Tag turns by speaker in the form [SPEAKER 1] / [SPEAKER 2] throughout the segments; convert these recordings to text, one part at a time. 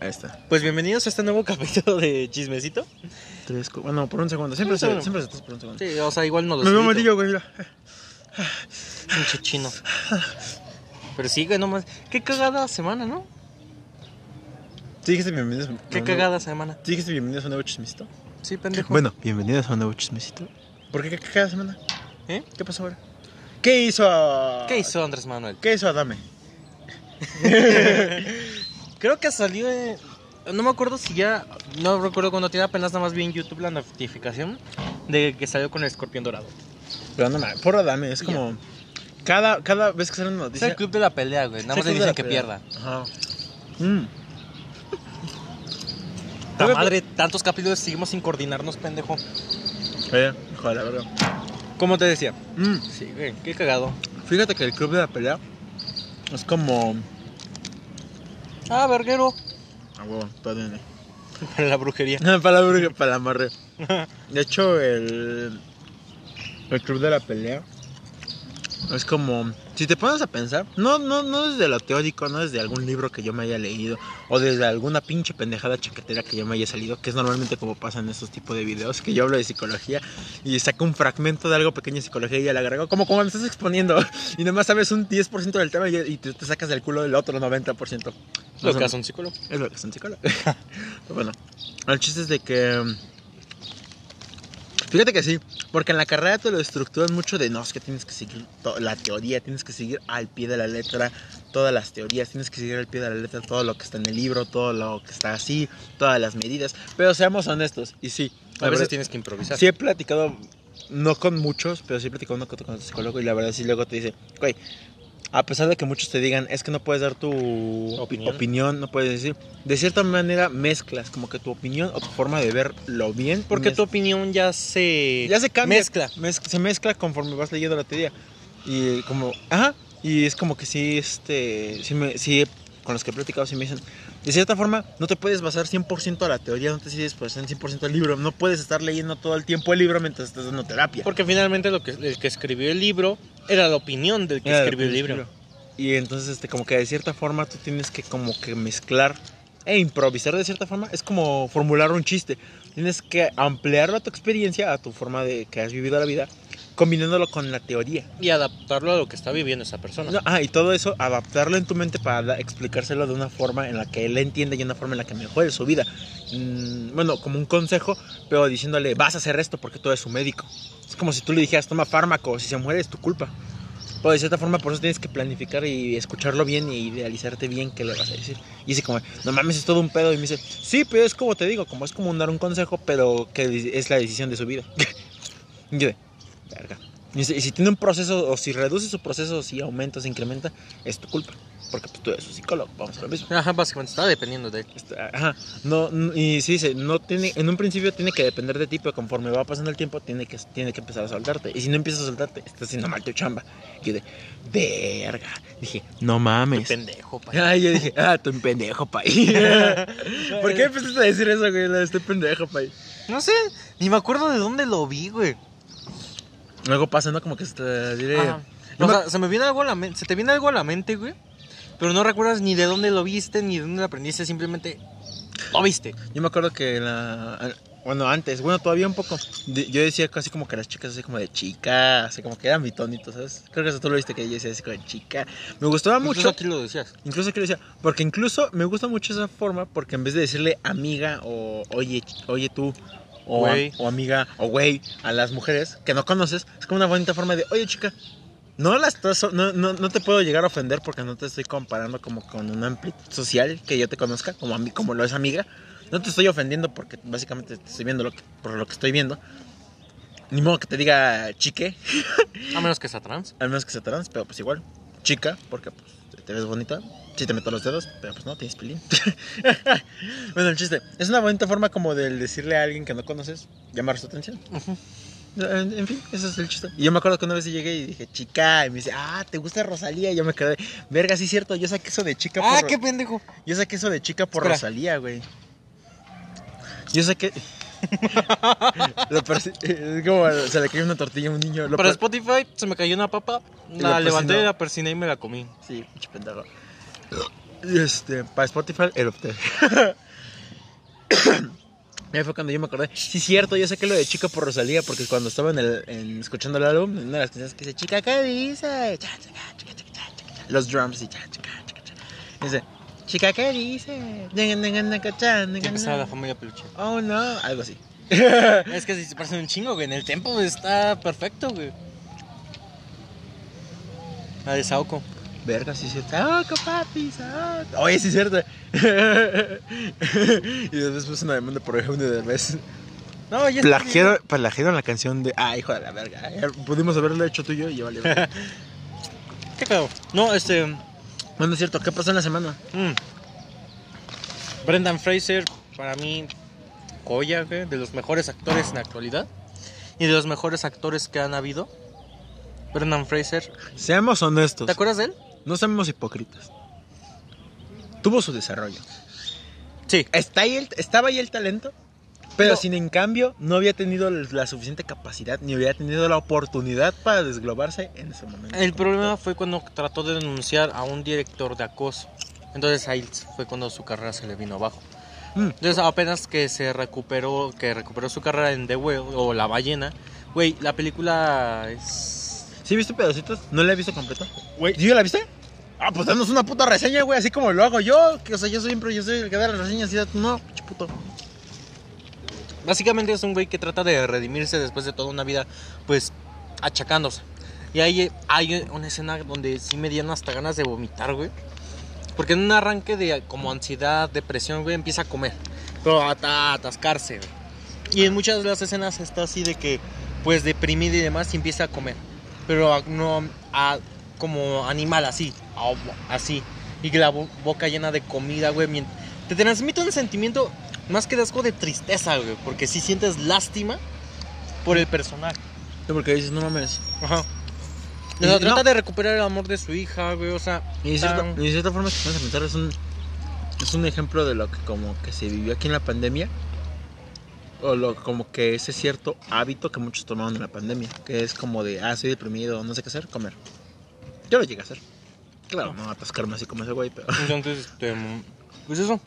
[SPEAKER 1] Ahí está.
[SPEAKER 2] Pues bienvenidos a este nuevo capítulo de Chismecito.
[SPEAKER 1] Tres, cu- bueno, por un segundo. Siempre
[SPEAKER 2] Sí,
[SPEAKER 1] se
[SPEAKER 2] bueno.
[SPEAKER 1] siempre se atrás por un segundo.
[SPEAKER 2] Sí, o sea, igual no lo
[SPEAKER 1] Me veo amarillo, güey, mira.
[SPEAKER 2] Pinche chino. Pero sí, güey, nomás. Qué cagada semana, ¿no?
[SPEAKER 1] Sí, dijiste bienvenidos. a un-
[SPEAKER 2] Qué
[SPEAKER 1] no,
[SPEAKER 2] cagada semana.
[SPEAKER 1] no. Sí, dijiste bienvenidos a un nuevo chismecito.
[SPEAKER 2] Sí, pendejo.
[SPEAKER 1] Bueno, bienvenidos a un nuevo chismecito. ¿Por qué cada semana?
[SPEAKER 2] ¿Eh?
[SPEAKER 1] ¿Qué pasó ahora? ¿Qué hizo? a-
[SPEAKER 2] ¿Qué hizo Andrés Manuel?
[SPEAKER 1] ¿Qué hizo Adame?
[SPEAKER 2] Creo que salió. eh, no me acuerdo si ya. No recuerdo cuando tiene apenas nada más vi en YouTube la notificación de que salió con el escorpión dorado.
[SPEAKER 1] Pero no, ma- por Adame, es como. Cada, cada vez que sale una
[SPEAKER 2] Es
[SPEAKER 1] noticia.
[SPEAKER 2] el club de la pelea, güey. Nada más le
[SPEAKER 1] Sí,
[SPEAKER 2] dicen
[SPEAKER 1] la
[SPEAKER 2] que
[SPEAKER 1] pelea.
[SPEAKER 2] pierda.
[SPEAKER 1] Ajá. Mm.
[SPEAKER 2] La madre, tantos capítulos seguimos sin coordinarnos, pendejo.
[SPEAKER 1] Eh, hijo de la verga.
[SPEAKER 2] Como te decía.
[SPEAKER 1] Mm.
[SPEAKER 2] Sí, güey. Qué cagado.
[SPEAKER 1] Fíjate que el club de la pelea es como.
[SPEAKER 2] Ah, verguero.
[SPEAKER 1] Ah, huevo, perdón.
[SPEAKER 2] Para la brujería.
[SPEAKER 1] para la bruja, para el amarre. De hecho, el. El club de la pelea es como. Si te pones a pensar, no, no, no desde lo teórico, no desde algún libro que yo me haya leído, o desde alguna pinche pendejada chaquetera que yo me haya salido, que es normalmente como pasa en estos tipos de videos, que yo hablo de psicología y saco un fragmento de algo pequeño de psicología y ya le agrego, como cuando estás exponiendo y nomás sabes un 10% del tema y, y tú te sacas del culo del otro 90%.
[SPEAKER 2] Lo
[SPEAKER 1] Más o
[SPEAKER 2] que
[SPEAKER 1] menos.
[SPEAKER 2] hace un psicólogo.
[SPEAKER 1] Es lo que son psicólogos. Pero bueno, el chiste es de que. mm, Fíjate que sí, porque en la carrera te lo estructuran mucho de no, es que tienes que seguir to- la teoría, tienes que seguir al pie de la letra todas las teorías, tienes que seguir al pie de la letra todo lo que está en el libro, todo lo que está así, todas las medidas. Pero seamos honestos, y sí,
[SPEAKER 2] A
[SPEAKER 1] tienes
[SPEAKER 2] veces tienes que improvisar.
[SPEAKER 1] Sí he platicado, no con muchos, pero sí he platicado uno que otro con el psicólogo y la verdad sí luego te dice, güey, a pesar de que muchos te digan, es que no puedes dar tu
[SPEAKER 2] Opinión.
[SPEAKER 1] opinión. no puedes decir, de cierta manera mezclas como que tu opinión o tu forma de ver lo bien.
[SPEAKER 2] Porque
[SPEAKER 1] mez-
[SPEAKER 2] tu opinión ya se.
[SPEAKER 1] ya se cambia.
[SPEAKER 2] Mezcla.
[SPEAKER 1] mez- se mezcla conforme vas leyendo la teoría. Y como, ajá, y es como que sí, este, sí, me, sí con los que he platicado sí me dicen, de cierta forma, no te puedes basar 100% a la teoría, no te sigues pues en 100% al libro, no puedes estar leyendo todo el tiempo el libro mientras estás dando terapia.
[SPEAKER 2] Porque finalmente lo que, el que escribió el libro era la opinión del que
[SPEAKER 1] Era lo
[SPEAKER 2] escribió el
[SPEAKER 1] que
[SPEAKER 2] libro.
[SPEAKER 1] escribió. Y entonces, este, como que de cierta forma tú tienes que como que mezclar e improvisar de cierta forma. Es como formular un chiste. Tienes que ampliarlo a tu experiencia, a tu forma de que has vivido la vida, combinándolo con la teoría.
[SPEAKER 2] Y adaptarlo a lo que está viviendo esa persona.
[SPEAKER 1] No, ah, y todo eso, adaptarlo en tu mente para da- explicárselo de una forma en la que él entienda y una forma en la que mejore su vida. Mm, bueno, como un consejo, pero diciéndole, vas a hacer esto porque tú eres su médico. Es como si tú le dijeras, toma fármaco, si se muere es tu culpa. Pero de cierta forma, por eso tienes que planificar y escucharlo bien y idealizarte bien qué le vas a decir. Y dice como, no mames, es todo un pedo. Y me dice, sí, pero es como te digo, como es como un dar un consejo, pero que es la decisión de su vida. y yo de, verga. Y si, y si tiene un proceso, o si reduce su proceso, o si aumenta, o se incrementa, es tu culpa. Porque pues, tú eres un psicólogo, vamos a lo mismo.
[SPEAKER 2] Ajá, básicamente está dependiendo de él.
[SPEAKER 1] Este, Ajá, no, n- y sí dice, no tiene, en un principio tiene que depender de ti, pero conforme va pasando el tiempo, tiene que, tiene que empezar a soltarte. Y si no empiezas a soltarte, estás haciendo mal tu chamba. Y yo de, verga. Dije, no
[SPEAKER 2] El
[SPEAKER 1] mames.
[SPEAKER 2] pendejo, pa.
[SPEAKER 1] Ay, yo dije, ah, tú un pendejo, país. ¿Por qué empezaste a decir eso, güey? Lo de Este pendejo, país.
[SPEAKER 2] No sé, ni me acuerdo de dónde lo vi, güey.
[SPEAKER 1] Luego pasa, ¿no? Como que hasta diré.
[SPEAKER 2] Ajá. O sea, se me viene algo a la mente, se te viene algo a la mente, güey. Pero no recuerdas ni de dónde lo viste, ni de dónde lo aprendiste, simplemente lo viste.
[SPEAKER 1] Yo me acuerdo que en la. Bueno, antes, bueno, todavía un poco. de- Yo decía casi como que las chicas, así como de chica, así como que era mi tonito, ¿sabes? Creo que eso tú lo viste que yo decía así como de chica. Me gustaba
[SPEAKER 2] Mucho
[SPEAKER 1] mucho.
[SPEAKER 2] aquí lo decías.
[SPEAKER 1] Incluso que lo decía, porque incluso me gusta mucho esa forma, porque en vez de decirle amiga o oye, ch- oye tú, o, am-
[SPEAKER 2] Güey.
[SPEAKER 1] o amiga, o güey, a las mujeres que no conoces, es como una bonita forma de, oye chica, no, las estás- no, no, no te puedo llegar a ofender porque no te estoy comparando como con una amplitud social que yo te conozca, como, a mí, como lo es amiga. No te estoy ofendiendo porque básicamente te estoy viendo lo que- por lo que estoy viendo. Ni modo que te diga chique,
[SPEAKER 2] A menos que sea trans.
[SPEAKER 1] al menos que sea trans, pero pues igual. Chica, porque pues, te ves bonita. Sí te meto los dedos, pero pues no, tienes pelín. bueno, el chiste. Es una bonita forma como de decirle a alguien que no conoces, llamar su atención. en, en fin, ese es el chiste. Y yo me acuerdo que una vez llegué y dije, chica, y me dice, ah, ¿te gusta Rosalía? Y yo me quedé, verga, sí es cierto, yo saqué eso de chica
[SPEAKER 2] Ah,
[SPEAKER 1] por...
[SPEAKER 2] qué pendejo.
[SPEAKER 1] Yo saqué eso de chica por
[SPEAKER 2] Espera.
[SPEAKER 1] Rosalía, güey. Yo saqué... Lo perci- es como se le cayó una tortilla a un niño. Lo
[SPEAKER 2] Para
[SPEAKER 1] per-
[SPEAKER 2] Spotify se me cayó una papa,
[SPEAKER 1] Y
[SPEAKER 2] la
[SPEAKER 1] la pues
[SPEAKER 2] levanté,
[SPEAKER 1] persiné.
[SPEAKER 2] la persiné y me la comí.
[SPEAKER 1] Sí, pinche pendejo. Y este, para Spotify, erupté. Y Ahí fue cuando yo me acordé. Sí, cierto, yo saqué lo de Chica por Rosalía, porque cuando estaba en el, en- escuchando el álbum, una de las canciones que dice, Chica, ¿qué dice? Cha, cha, cha, cha, cha, cha, cha, cha. Los drums y cha, cha, cha, cha, cha. Dice, Chica, ¿qué dice? Nga, nga, nga, nga, cha, nga,
[SPEAKER 2] Ya empezaba la
[SPEAKER 1] nga.
[SPEAKER 2] familia peluche.
[SPEAKER 1] Oh, no, algo así.
[SPEAKER 2] Es que se parecen un chingo, güey. En el tiempo está perfecto, güey. La de Saoko.
[SPEAKER 1] Verga, sí es cierto. Saoco, papi, saoco. Oye, sí es cierto. y después puse una demanda por Eugenio Derbez.
[SPEAKER 2] No, ya está
[SPEAKER 1] Plagiaron, plagiaron pues, la canción de. Ah, hijo de la verga. eh. Pudimos haberlo hecho tú y yo y ya valió.
[SPEAKER 2] bien. ¿Qué pedo? No, este.
[SPEAKER 1] bueno, es cierto. ¿Qué pasó en la semana?
[SPEAKER 2] mm. Brendan Fraser, para mí, joya, güey. De los mejores actores en la actualidad. Y de los mejores actores que han habido. Brendan Fraser.
[SPEAKER 1] Seamos honestos.
[SPEAKER 2] ¿Te acuerdas de él?
[SPEAKER 1] No seamos hipócritas. Tuvo su desarrollo.
[SPEAKER 2] Sí.
[SPEAKER 1] Está ahí el- estaba ahí el talento, pero
[SPEAKER 2] No.
[SPEAKER 1] sin en cambio no había tenido la suficiente capacidad ni había tenido la oportunidad para desglobarse en ese momento.
[SPEAKER 2] El problema fue cuando trató de denunciar a un director de acoso. Entonces ahí fue cuando su carrera se le vino abajo.
[SPEAKER 1] Mm.
[SPEAKER 2] Entonces apenas que se recuperó, que recuperó su carrera en The Whale o La Ballena, güey, la película es...
[SPEAKER 1] ¿Sí viste pedacitos? ¿No la he visto completa?
[SPEAKER 2] Güey.
[SPEAKER 1] ¿Sí la viste? Ah, pues danos una puta reseña, güey, así como lo hago yo. Que, o sea, yo siempre, yo soy el que da las reseñas y da tú no, pinche puto.
[SPEAKER 2] Básicamente es un güey que trata de redimirse después de toda una vida, pues, achacándose. Y ahí hay una escena donde sí me dieron hasta ganas de vomitar, güey. Porque en un arranque de como ansiedad, depresión, güey, empieza a comer. Pero hasta atascarse, güey. Y en muchas de las escenas está así de que, pues, deprimido y demás, y empieza a comer. Pero a- no a- como animal, así. a- Así. Y que la bo- boca llena de comida, güey. mien- Te transmite un sentimiento más que de asco de tristeza, güey. Porque sí sientes lástima por el personaje.
[SPEAKER 1] No, porque dices, no mames.
[SPEAKER 2] Ajá.
[SPEAKER 1] Y-
[SPEAKER 2] No, trata
[SPEAKER 1] no.
[SPEAKER 2] de recuperar el amor de su hija, güey. O sea,
[SPEAKER 1] Y de cierta,
[SPEAKER 2] tan-
[SPEAKER 1] y de cierta forma, si pones a pensar, es un, es un ejemplo de lo que como que se vivió aquí en la pandemia. O lo, como que ese cierto hábito que muchos tomaron en la pandemia. Que es como de, ah, soy deprimido, no sé qué hacer, comer. Yo lo llegué a hacer. Claro, no atascarme así como ese güey, pero...
[SPEAKER 2] Entonces, este, mm, pues eso.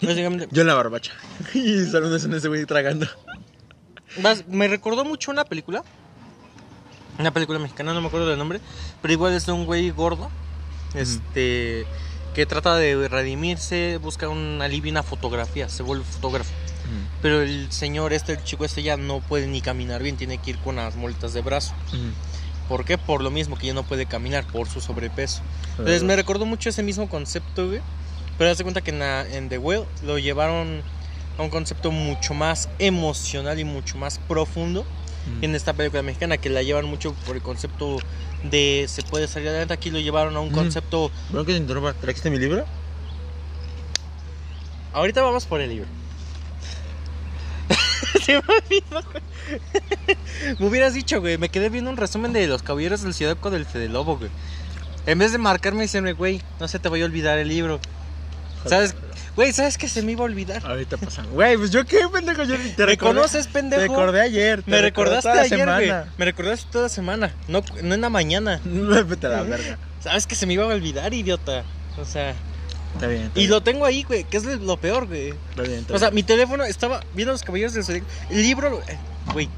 [SPEAKER 2] Básicamente,
[SPEAKER 1] Yo en la barbacha. y solo es en ese güey tragando.
[SPEAKER 2] vas- me recordó mucho una película. Una película mexicana, no me acuerdo del nombre. Pero igual es de un güey gordo. Este. Que trata de redimirse, busca un alivio, una fotografía, se vuelve fotógrafo. Pero el señor, este, el chico este ya no puede ni caminar bien, tiene que ir con las muletas de brazo. ¿Por qué? Por lo mismo que ya no puede caminar, por su sobrepeso. Entonces me recordó mucho ese mismo concepto, güey. Pero haz de cuenta que en, la- en The Whale lo llevaron a un concepto mucho más emocional y mucho más profundo en esta película mexicana, que la llevan mucho por el concepto de se puede salir adelante. Aquí lo llevaron a un
[SPEAKER 1] Ujú.
[SPEAKER 2] concepto.
[SPEAKER 1] Bueno, que te interrumpa. ¿Trajiste mi libro?
[SPEAKER 2] Ahorita vamos por el libro. Se me olvidó, güey. Me hubieras dicho, güey. Me quedé viendo un resumen de los caballeros del Zodíaco del Fede Lobo, güey. En vez de marcarme y decirme, güey, no se te vaya a olvidar el libro. ¿Sabes? Güey, ¿sabes que se me iba a olvidar?
[SPEAKER 1] Ahorita pasamos. Güey, pues yo qué pendejo. Yo ni- te
[SPEAKER 2] ¿Reconoces,
[SPEAKER 1] Te
[SPEAKER 2] pendejo?
[SPEAKER 1] recordé ayer. te
[SPEAKER 2] me
[SPEAKER 1] recordé
[SPEAKER 2] recordaste
[SPEAKER 1] toda la
[SPEAKER 2] ayer, güey.
[SPEAKER 1] semana.
[SPEAKER 2] Me recordaste toda la semana. No, no en la mañana.
[SPEAKER 1] Vete a la verga.
[SPEAKER 2] ¿Sabes que se me iba a olvidar, idiota? O sea,
[SPEAKER 1] Está bien. está
[SPEAKER 2] y
[SPEAKER 1] bien,
[SPEAKER 2] lo tengo ahí, güey, que es lo peor, güey.
[SPEAKER 1] está bien, está
[SPEAKER 2] O sea,
[SPEAKER 1] bien.
[SPEAKER 2] mi teléfono estaba viendo los caballeros del Zodíaco. El libro, lo- eh, güey.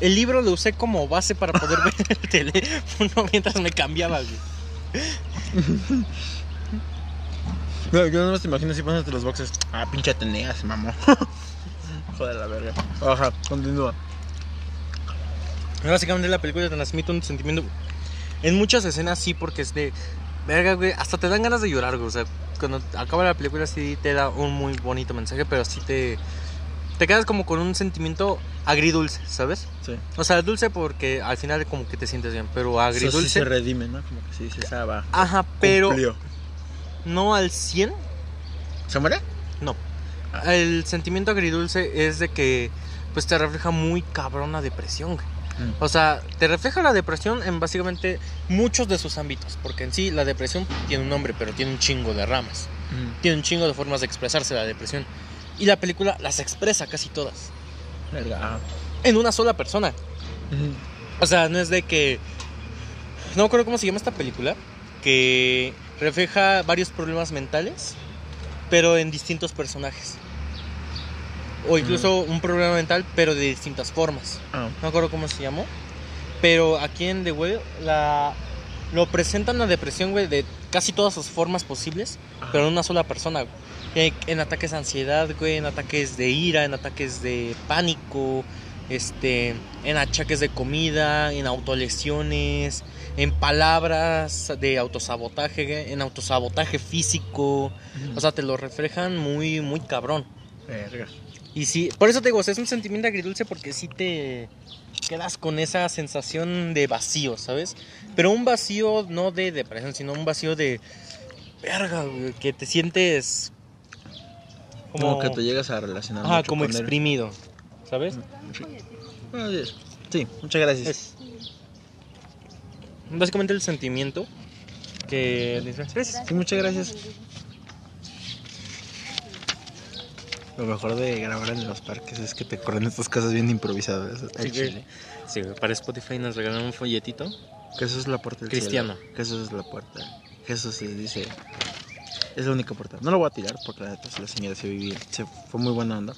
[SPEAKER 2] El libro lo usé como base para poder ver el teléfono mientras me cambiaba, güey.
[SPEAKER 1] No, yo no te imagino si poniéndote los boxes. Ah, pinche Atenea, se mamó. Joder, la verga. Ajá, continúa.
[SPEAKER 2] Básicamente la película te transmite un sentimiento. En muchas escenas sí, porque es de. Verga, güey. Hasta te dan ganas de llorar, güey. O sea, cuando acaba la película sí te da un muy bonito mensaje, pero sí te. Te quedas como con un sentimiento agridulce, ¿sabes?
[SPEAKER 1] Sí.
[SPEAKER 2] O sea, dulce porque al final como que te sientes bien, pero
[SPEAKER 1] O sea, sí
[SPEAKER 2] agridulce.
[SPEAKER 1] se redime, ¿no? Como que sí, sí, esa va.
[SPEAKER 2] Ajá, pero
[SPEAKER 1] Cumplió.
[SPEAKER 2] no al 100,
[SPEAKER 1] ¿Se muere?
[SPEAKER 2] No. El sentimiento agridulce es de que pues te refleja muy cabrón la depresión. güey.
[SPEAKER 1] Mm.
[SPEAKER 2] O sea, te refleja la depresión en básicamente muchos de sus ámbitos, porque en sí la depresión tiene un nombre, pero tiene un chingo de ramas.
[SPEAKER 1] mm,
[SPEAKER 2] Tiene un chingo de formas de expresarse la depresión. Y la película las expresa casi todas
[SPEAKER 1] Verga. ah.
[SPEAKER 2] en una sola persona.
[SPEAKER 1] Mm-hmm.
[SPEAKER 2] O sea, no es de que. No me acuerdo cómo se llama esta película. Que refleja varios problemas mentales, pero en distintos personajes. O incluso un problema mental, pero de distintas formas.
[SPEAKER 1] Ah,
[SPEAKER 2] No me acuerdo cómo se llamó. Pero aquí en The Whale la, lo presentan la depresión, güey, de casi todas sus formas posibles,
[SPEAKER 1] Ajá.
[SPEAKER 2] pero en una sola persona, güey. En, en ataques de ansiedad, güey, en ataques de ira, en ataques de pánico, este, en achaques de comida, en autolesiones, en palabras de autosabotaje, güey, en autosabotaje físico. O sea, te lo reflejan muy, muy cabrón.
[SPEAKER 1] Mm-hmm. Verga.
[SPEAKER 2] Y sí, por eso te digo, o sea, es un sentimiento agridulce porque sí te quedas con esa sensación de vacío, ¿sabes? Pero un vacío no de depresión, sino un vacío de verga, güey, que te sientes
[SPEAKER 1] Como que te llegas a relacionar
[SPEAKER 2] ajá,
[SPEAKER 1] mucho
[SPEAKER 2] como
[SPEAKER 1] con él.
[SPEAKER 2] exprimido, ¿sabes?
[SPEAKER 1] Sí. Así es. Sí, muchas gracias.
[SPEAKER 2] Es básicamente el sentimiento que Gracias.
[SPEAKER 1] Sí, muchas gracias. Lo mejor de grabar en los parques es que te corren estas cosas bien improvisadas. al
[SPEAKER 2] Sí, güey.
[SPEAKER 1] chile.
[SPEAKER 2] Sí, güey, para Spotify nos regalaron un folletito.
[SPEAKER 1] Que eso es la puerta del
[SPEAKER 2] Cristiano.
[SPEAKER 1] cielo. Que eso es la puerta. Jesús les dice. Es la única puerta. No lo voy a tirar porque la neta sí, la señora se vivía. Se fue muy buena onda.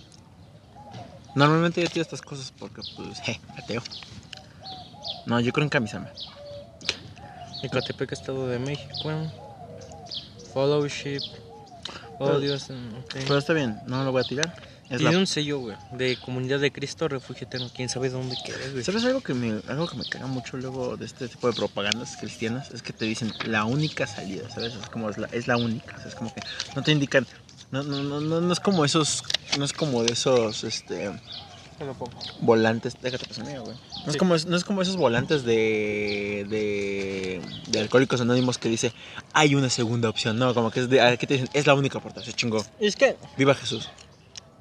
[SPEAKER 1] Normalmente yo tiro estas cosas porque pues, je, ateo. No, yo creo en Kamisama.
[SPEAKER 2] Ecatepec, Estado de México. Fellowship. Oh,
[SPEAKER 1] Pero-
[SPEAKER 2] Dios. mm, ok.
[SPEAKER 1] Pero está bien, no lo voy a tirar. Es
[SPEAKER 2] Tiene
[SPEAKER 1] la-
[SPEAKER 2] un sello, güey, de Comunidad de Cristo, refugio eterno, quién sabe dónde queda, güey.
[SPEAKER 1] ¿Sabes algo que me algo que me caga mucho luego de este tipo de propagandas cristianas? Es que te dicen la única salida, ¿sabes? Es como es la, es la única, o sea, es como que no te indican no, no, no, no, no es como esos no es como de esos este volantes, déjate pasar mía, güey. No, es
[SPEAKER 2] Sí.
[SPEAKER 1] como, no es como esos volantes de, de, de alcohólicos anónimos que dice hay una segunda opción, no, como que es de, aquí te dicen es la única puerta, se chingó,
[SPEAKER 2] Es que
[SPEAKER 1] viva Jesús,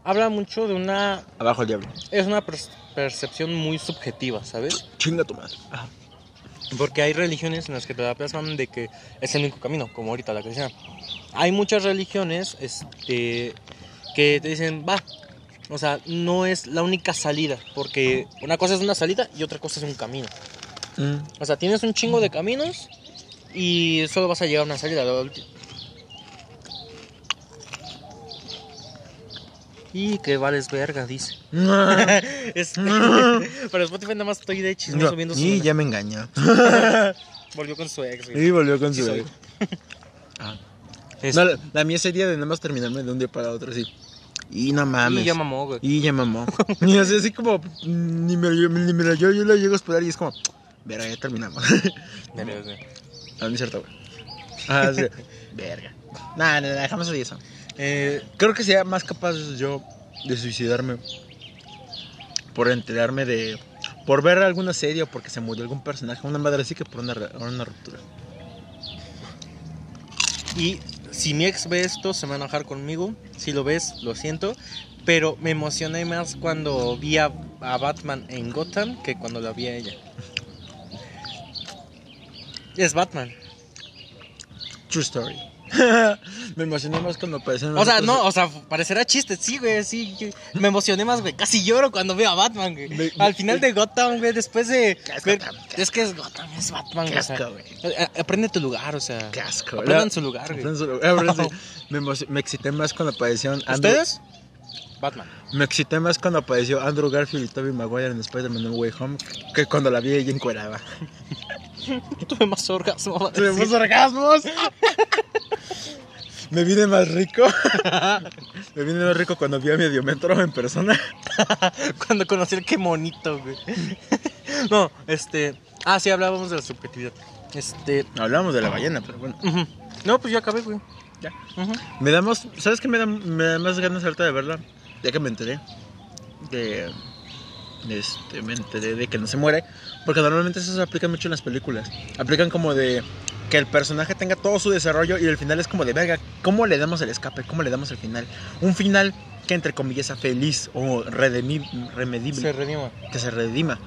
[SPEAKER 2] habla mucho de una...
[SPEAKER 1] abajo el diablo,
[SPEAKER 2] Es una per- percepción muy subjetiva, ¿sabes?
[SPEAKER 1] chinga tu madre. Ajá.
[SPEAKER 2] Porque hay religiones en las que te la plasman de que es el único camino, como ahorita la cristiana. Hay muchas religiones este, que te dicen, va, o sea, no es la única salida, porque una cosa es una salida y otra cosa es un camino.
[SPEAKER 1] Mm,
[SPEAKER 2] O sea, tienes un chingo de caminos y solo vas a llegar a una salida. la ulti- Y que vales verga, dice. Es- Pero Spotify nada más estoy de chisme subiendo
[SPEAKER 1] y
[SPEAKER 2] su...
[SPEAKER 1] ya me engañó.
[SPEAKER 2] Volvió con su ex, güey.
[SPEAKER 1] Y volvió con
[SPEAKER 2] Sí,
[SPEAKER 1] su
[SPEAKER 2] soy.
[SPEAKER 1] bebé. Ah.
[SPEAKER 2] Es-
[SPEAKER 1] No, la, la mía sería de nada más terminarme de un día para otro, así. Y no mames.
[SPEAKER 2] Y ya mamó, güey.
[SPEAKER 1] Y ya mamó. Y así, así como, ni me, yo, ni me la- yo, yo la llego a esperar y es como, verga, ya terminamos.
[SPEAKER 2] Verga, güey.
[SPEAKER 1] no, no es cierto, güey. Ah, sí. verga. Nada, nada, dejamos así eso.
[SPEAKER 2] Eh,
[SPEAKER 1] Creo que sería más capaz yo de suicidarme por enterarme de. por ver alguna serie o porque se murió algún personaje, una madre así que por una, re- una ruptura.
[SPEAKER 2] y si mi ex ve esto, se va a enojar conmigo. Si lo ves, lo siento. Pero me emocioné más cuando vi a, a Batman en Gotham que cuando la vi a ella. Es Batman.
[SPEAKER 1] True story. me emocioné más cuando aparecieron.
[SPEAKER 2] O sea,
[SPEAKER 1] los-
[SPEAKER 2] no, o sea, parecerá chiste, sí, güey, sí. yo- me emocioné más, güey. Casi lloro cuando veo a Batman, güey.
[SPEAKER 1] Me-
[SPEAKER 2] Al final de Gotham, güey, después de.
[SPEAKER 1] Qué asco,
[SPEAKER 2] ver-
[SPEAKER 1] Gotham, qué
[SPEAKER 2] es que es Gotham, es Batman,
[SPEAKER 1] Qué
[SPEAKER 2] güey. o sea,
[SPEAKER 1] asco, güey.
[SPEAKER 2] a- a- aprende tu lugar, o sea.
[SPEAKER 1] Qué asco.
[SPEAKER 2] Aprendan
[SPEAKER 1] La-
[SPEAKER 2] su lugar, güey.
[SPEAKER 1] aprendan su lugar, aprendan su- Me, emoc- me excité más cuando aparecieron. Andrew-
[SPEAKER 2] ¿Ustedes? Batman.
[SPEAKER 1] Me excité más cuando apareció Andrew Garfield y Tobey Maguire en Spider-Man No Way Home que cuando la vi ella encuerada.
[SPEAKER 2] Yo tuve más orgasmo. va a decir.
[SPEAKER 1] ¡Tuvimos orgasmos! me vine más rico. me vine más rico cuando vi a Mediometro en persona.
[SPEAKER 2] Cuando conocí el qué monito, güey. no, este. Ah, sí, hablábamos de la subjetividad. Este.
[SPEAKER 1] Hablamos de la ballena, pero bueno.
[SPEAKER 2] ujú. No, pues yo acabé, güey.
[SPEAKER 1] Ya.
[SPEAKER 2] Ujú.
[SPEAKER 1] Me da más, ¿Sabes qué me da, me da más ganas ahorita de verla? Ya que me enteré. De, de este, me enteré de que no se muere. Porque normalmente eso se aplica mucho en las películas. Aplican como de que el personaje tenga todo su desarrollo y el final es como de verga. ¿Cómo le damos el escape? ¿Cómo le damos el final? Un final que entre comillas sea feliz o redemi- remedible
[SPEAKER 2] Se redima.
[SPEAKER 1] que se redima.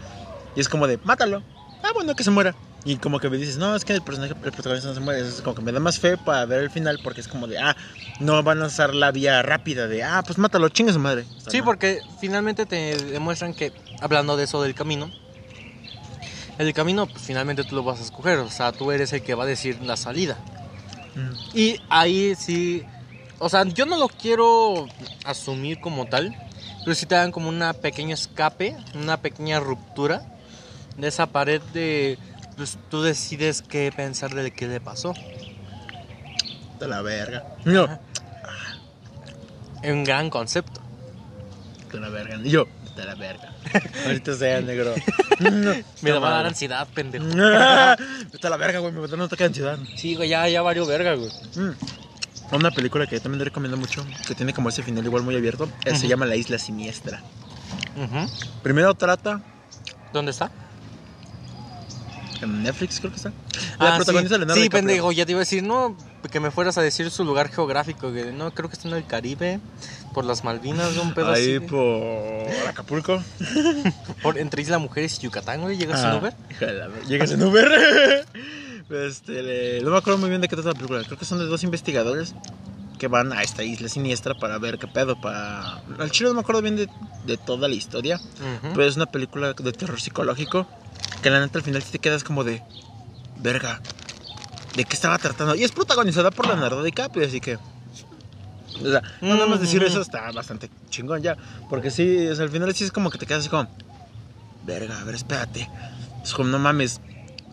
[SPEAKER 1] Y es como de, mátalo. Ah, bueno, que se muera. Y como que me dices, no, es que el personaje, el protagonista no se muere. Es como que me da más fe para ver el final porque es como de, ah, no van a usar la vía rápida de, ah, pues mátalo, chingue su madre. O sea,
[SPEAKER 2] Sí,
[SPEAKER 1] no.
[SPEAKER 2] porque finalmente te demuestran que, hablando de eso del camino, el camino, pues finalmente tú lo vas a escoger. O sea, tú eres el que va a decir la salida.
[SPEAKER 1] Mm.
[SPEAKER 2] Y ahí sí. O sea, yo no lo quiero asumir como tal. Pero sí te dan como una pequeña escape, una pequeña ruptura de esa pared de. Pues tú decides qué pensar de qué le pasó.
[SPEAKER 3] De la verga.
[SPEAKER 1] No,
[SPEAKER 2] Es un gran concepto.
[SPEAKER 3] De la verga.
[SPEAKER 1] y yo,
[SPEAKER 3] De la verga.
[SPEAKER 1] ahorita sea negro. No,
[SPEAKER 2] Me
[SPEAKER 1] no
[SPEAKER 2] va a dar
[SPEAKER 1] mames.
[SPEAKER 2] ansiedad, pendejo.
[SPEAKER 1] Ah, Está la verga, güey, me metieron un ataque de ansiedad.
[SPEAKER 2] Sí, güey, ya, ya varios verga, güey.
[SPEAKER 1] Mm. Una película que yo también te recomiendo mucho, que tiene como ese final igual muy abierto, eh, se
[SPEAKER 2] Ujú.
[SPEAKER 1] llama La Isla Siniestra.
[SPEAKER 2] Ujú.
[SPEAKER 1] Primero trata,
[SPEAKER 2] ¿Dónde está?
[SPEAKER 1] en Netflix creo que está. La
[SPEAKER 2] Ah,
[SPEAKER 1] protagonista
[SPEAKER 2] sí.
[SPEAKER 1] Leonardo
[SPEAKER 2] Sí,
[SPEAKER 1] DiCaprio.
[SPEAKER 2] pendejo, ya te iba a decir, no, que me fueras a decir su lugar geográfico. Que, no, creo que está en el Caribe, por las Malvinas, de un pedo
[SPEAKER 1] Ahí
[SPEAKER 2] así. güey.
[SPEAKER 1] por Acapulco.
[SPEAKER 2] Por, entre Isla Mujeres y Yucatán, güey, llegas
[SPEAKER 1] Ah,
[SPEAKER 2] en Uber.
[SPEAKER 1] hija de la ver- Llegas en Uber. este, le- no me acuerdo muy bien de qué trata la película. Creo que son de dos investigadores que van a esta isla siniestra para ver qué pedo. Para... Al chile no me acuerdo bien de, de toda la historia.
[SPEAKER 2] Ujú.
[SPEAKER 1] Pero es una película de terror psicológico que la neta al final sí te quedas como de... Verga. ¿De qué estaba tratando? Y es protagonizada por Leonardo DiCaprio, así que... O sea, no nada más decir
[SPEAKER 2] Mm.
[SPEAKER 1] eso está bastante chingón ya. Porque sí, o sea, al final sí es como que te quedas así como... Verga, a ver, espérate. Es como, no mames.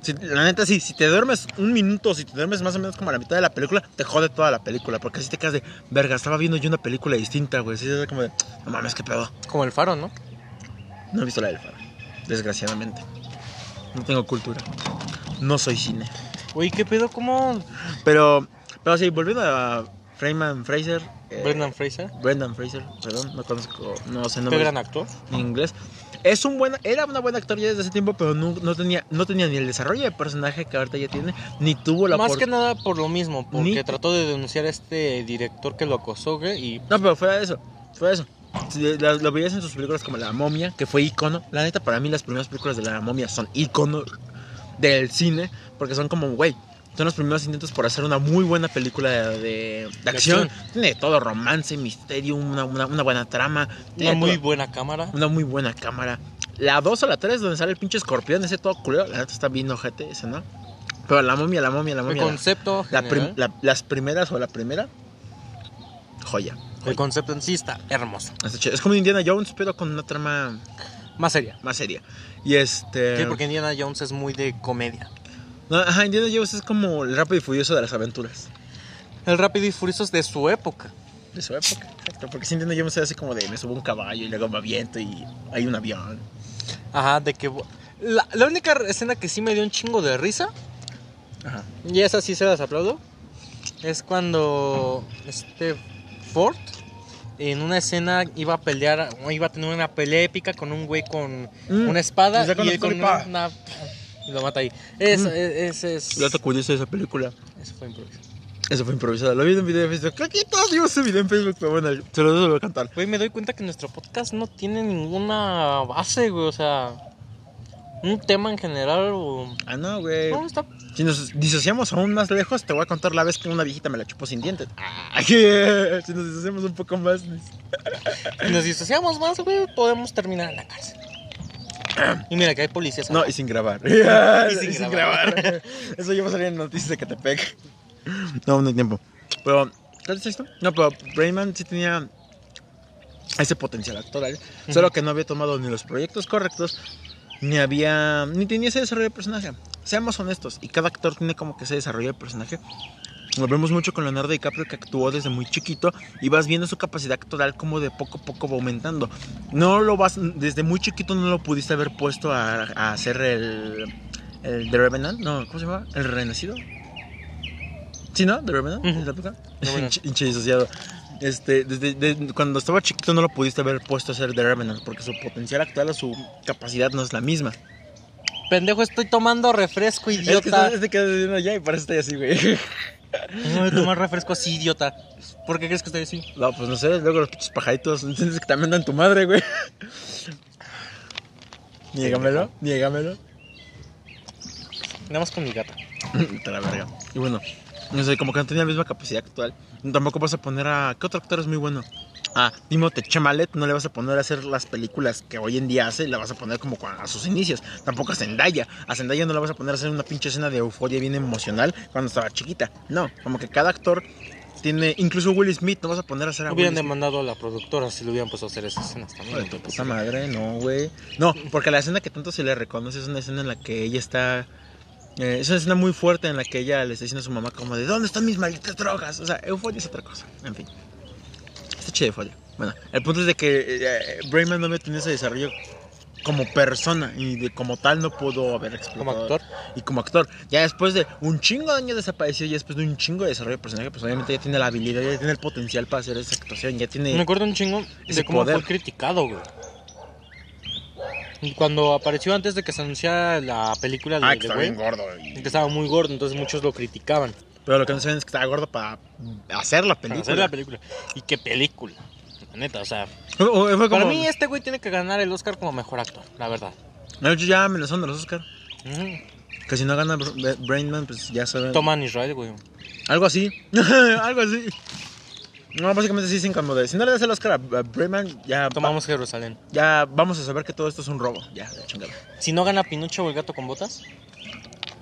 [SPEAKER 1] Si- la neta, sí, si te duermes un minuto, si te duermes más o menos como a la mitad de la película, te jode toda la película. Porque así te quedas de... Verga, estaba viendo yo una película distinta, güey. Así es como de... No mames, qué pedo.
[SPEAKER 2] Como el faro, ¿no?
[SPEAKER 1] No he visto la del Faro, desgraciadamente. No tengo cultura. No soy cine.
[SPEAKER 2] Güey, ¿qué pedo? ¿Cómo
[SPEAKER 1] Pero, pero sí, volviendo a Freeman Fraser. eh,
[SPEAKER 2] Brendan Fraser?
[SPEAKER 1] Brendan Fraser, perdón, no conozco, no sé
[SPEAKER 2] ¿Qué
[SPEAKER 1] nombre
[SPEAKER 2] gran actor?
[SPEAKER 1] en inglés. Es un buen, era una buena actor ya desde hace tiempo, pero no, no tenía, no tenía ni el desarrollo de personaje que ahorita ya tiene, ni tuvo la
[SPEAKER 2] Más
[SPEAKER 1] opor-
[SPEAKER 2] que nada por lo mismo, porque
[SPEAKER 1] Ni-
[SPEAKER 2] trató de denunciar a este director que lo acosó, güey, y
[SPEAKER 1] No, pero fuera de eso, fuera de eso. Sí, la- Lo, veías en sus películas como La Momia, que fue icono. La neta, para mí, las primeras películas de La Momia son icono del cine, porque son como, güey, son los primeros intentos por hacer una muy buena película de, de- de acción. Tiene todo: romance, misterio, una, una- una buena trama. tiene
[SPEAKER 2] una muy
[SPEAKER 1] todo.
[SPEAKER 2] buena cámara.
[SPEAKER 1] Una muy buena cámara. La 2 o la 3, donde sale el pinche escorpión, ese todo culero. La neta está bien ojete, ese, ¿no? Pero la momia, la momia, la
[SPEAKER 2] El
[SPEAKER 1] momia. la-
[SPEAKER 2] concepto,
[SPEAKER 1] la prim-
[SPEAKER 2] general,
[SPEAKER 1] la- las primeras o la primera, joya.
[SPEAKER 2] el concepto en sí está hermoso.
[SPEAKER 1] Está chido. Es como Indiana Jones, pero con una trama
[SPEAKER 2] Más seria.
[SPEAKER 1] más seria. Y este.
[SPEAKER 2] Sí, porque Indiana Jones es muy de comedia.
[SPEAKER 1] No, ajá, Indiana Jones es como el rápido y furioso de las aventuras.
[SPEAKER 2] El Rápido y Furioso es de su época.
[SPEAKER 1] De su época, exacto. Porque si Indiana Jones es así como de me subo a un caballo y luego me aviento y hay un avión.
[SPEAKER 2] Ajá, de que... vo- La, la única escena que sí me dio un chingo de risa,
[SPEAKER 1] Ajá.
[SPEAKER 2] y esa sí se las aplaudo, es cuando este Ford en una escena iba a pelear, o iba a tener una pelea épica con un güey con
[SPEAKER 1] Mm.
[SPEAKER 2] una espada
[SPEAKER 1] Y saca
[SPEAKER 2] y
[SPEAKER 1] una
[SPEAKER 2] él con
[SPEAKER 1] pistola
[SPEAKER 2] una,
[SPEAKER 1] y
[SPEAKER 2] y lo mata ahí. Es,
[SPEAKER 1] Mm.
[SPEAKER 2] es, es, es-
[SPEAKER 1] Dato curioso de esa película.
[SPEAKER 2] eso fue improvisado.
[SPEAKER 1] Eso fue improvisado. Lo vi en un video de Facebook. Creo que todos vimos ese video en Facebook, pero bueno, se lo se lo voy a cantar.
[SPEAKER 2] Güey, me doy cuenta que nuestro podcast no tiene ninguna base, güey, o sea, un tema en general o...
[SPEAKER 1] Ah, no, güey.
[SPEAKER 2] No, está
[SPEAKER 1] Si nos disociamos aún más lejos, te voy a contar la vez que una viejita me la chupó sin dientes. Ay, si nos disociamos un poco más.
[SPEAKER 2] Si nos disociamos más, güey, podemos terminar en la cárcel. Y mira que hay policías.
[SPEAKER 1] No, y sin grabar. y
[SPEAKER 2] sin
[SPEAKER 1] sin,
[SPEAKER 2] grabar.
[SPEAKER 1] grabar. Eso ya va a salir en noticias de Catepec. No, no hay tiempo. Pero, ¿cuál es esto? No, pero Rayman sí tenía ese potencial actoral. Solo que no había tomado ni los proyectos correctos, ni había. ni tenía ese desarrollo de personaje. Seamos honestos, y cada actor tiene como que ese desarrollo de personaje. Lo vemos mucho con Leonardo DiCaprio que actuó desde muy chiquito y vas viendo su capacidad actoral como de poco a poco va aumentando. No lo vas, desde muy chiquito no lo pudiste haber puesto a, a hacer el, el The Revenant, no, ¿cómo se llama? El Renacido. Sí, ¿no? The Revenant,
[SPEAKER 2] Ujú.
[SPEAKER 1] ¿es la época?
[SPEAKER 2] The Revenant.
[SPEAKER 1] Hinche- hinche disociado. Este, desde de- cuando estaba chiquito no lo pudiste haber puesto a hacer The Revenant porque su potencial actual o su capacidad no es la misma.
[SPEAKER 2] Pendejo, estoy tomando refresco,
[SPEAKER 1] Es que
[SPEAKER 2] idiota.
[SPEAKER 1] estás te quedas viendo allá y parece que estoy así, güey.
[SPEAKER 2] No voy a tomar refresco así, idiota. ¿Por qué crees que estoy así?
[SPEAKER 1] No, pues no sé, luego los pinches pajaritos entiendes que también dan tu madre, güey. Niégamelo, niégamelo.
[SPEAKER 2] Nada más con mi gata.
[SPEAKER 1] Te la verga. Y bueno, no sé, como que no tenía la misma capacidad actual. Tampoco vas a poner a. ¿Qué otro actor es muy bueno? a Timothée Chamalet no le vas a poner a hacer las películas que hoy en día hace, la vas a poner como cua- a sus inicios. Tampoco a Zendaya. A Zendaya no la vas a poner a hacer una pinche escena de euforia bien emocional cuando estaba chiquita. No, como que cada actor tiene. Incluso Will Smith no vas a poner a hacer a Will
[SPEAKER 2] Hubieran
[SPEAKER 1] Smith.
[SPEAKER 2] demandado a la productora si le hubieran puesto a hacer esas escenas
[SPEAKER 1] Hijo de
[SPEAKER 2] también.
[SPEAKER 1] tu puta madre, no, güey. No, porque la escena que tanto se le reconoce es una escena en la que ella está. eh, es una escena muy fuerte en la que ella le está diciendo a su mamá, como de ¿dónde están mis malditas drogas? O sea, euforia es otra cosa. En fin. Está chido euforia. Bueno, el punto es de que eh, Brayman no había tenido ese desarrollo como persona y de, como tal no pudo haber explotado.
[SPEAKER 2] Como actor.
[SPEAKER 1] Y como actor, ya después de un chingo de años desaparecido, ya después de un chingo de desarrollo de personaje, pues obviamente ya tiene la habilidad, ya tiene el potencial para hacer esa actuación, ya tiene.
[SPEAKER 2] Me acuerdo un chingo
[SPEAKER 1] Ese
[SPEAKER 2] de cómo
[SPEAKER 1] poder.
[SPEAKER 2] fue criticado, güey. Y Cuando apareció antes de que se anunciara la película de,
[SPEAKER 1] Ah,
[SPEAKER 2] de
[SPEAKER 1] que está
[SPEAKER 2] güey,
[SPEAKER 1] bien gordo. y-
[SPEAKER 2] que estaba muy gordo, entonces muchos lo criticaban
[SPEAKER 1] Pero lo que no saben es que estaba gordo para hacer la
[SPEAKER 2] para
[SPEAKER 1] película.
[SPEAKER 2] hacer la película. Y qué película, la neta, o sea,
[SPEAKER 1] O- o- fue como,
[SPEAKER 2] para mí este güey tiene que ganar el Oscar como mejor actor, la verdad.
[SPEAKER 1] De hecho, ya amenazaron de los Oscar.
[SPEAKER 2] Ujú.
[SPEAKER 1] Que si no gana Br- Br- Brainman, pues ya saben.
[SPEAKER 2] Toma en Israel, güey.
[SPEAKER 1] Algo así. Algo así. No, básicamente sí, sin como de. Si no le das el Oscar a a Brainman, ya,
[SPEAKER 2] Tomamos Jerusalén.
[SPEAKER 1] ya vamos a saber que todo esto es un robo. Ya, la chingada.
[SPEAKER 2] Si no gana Pinocho o el gato con botas.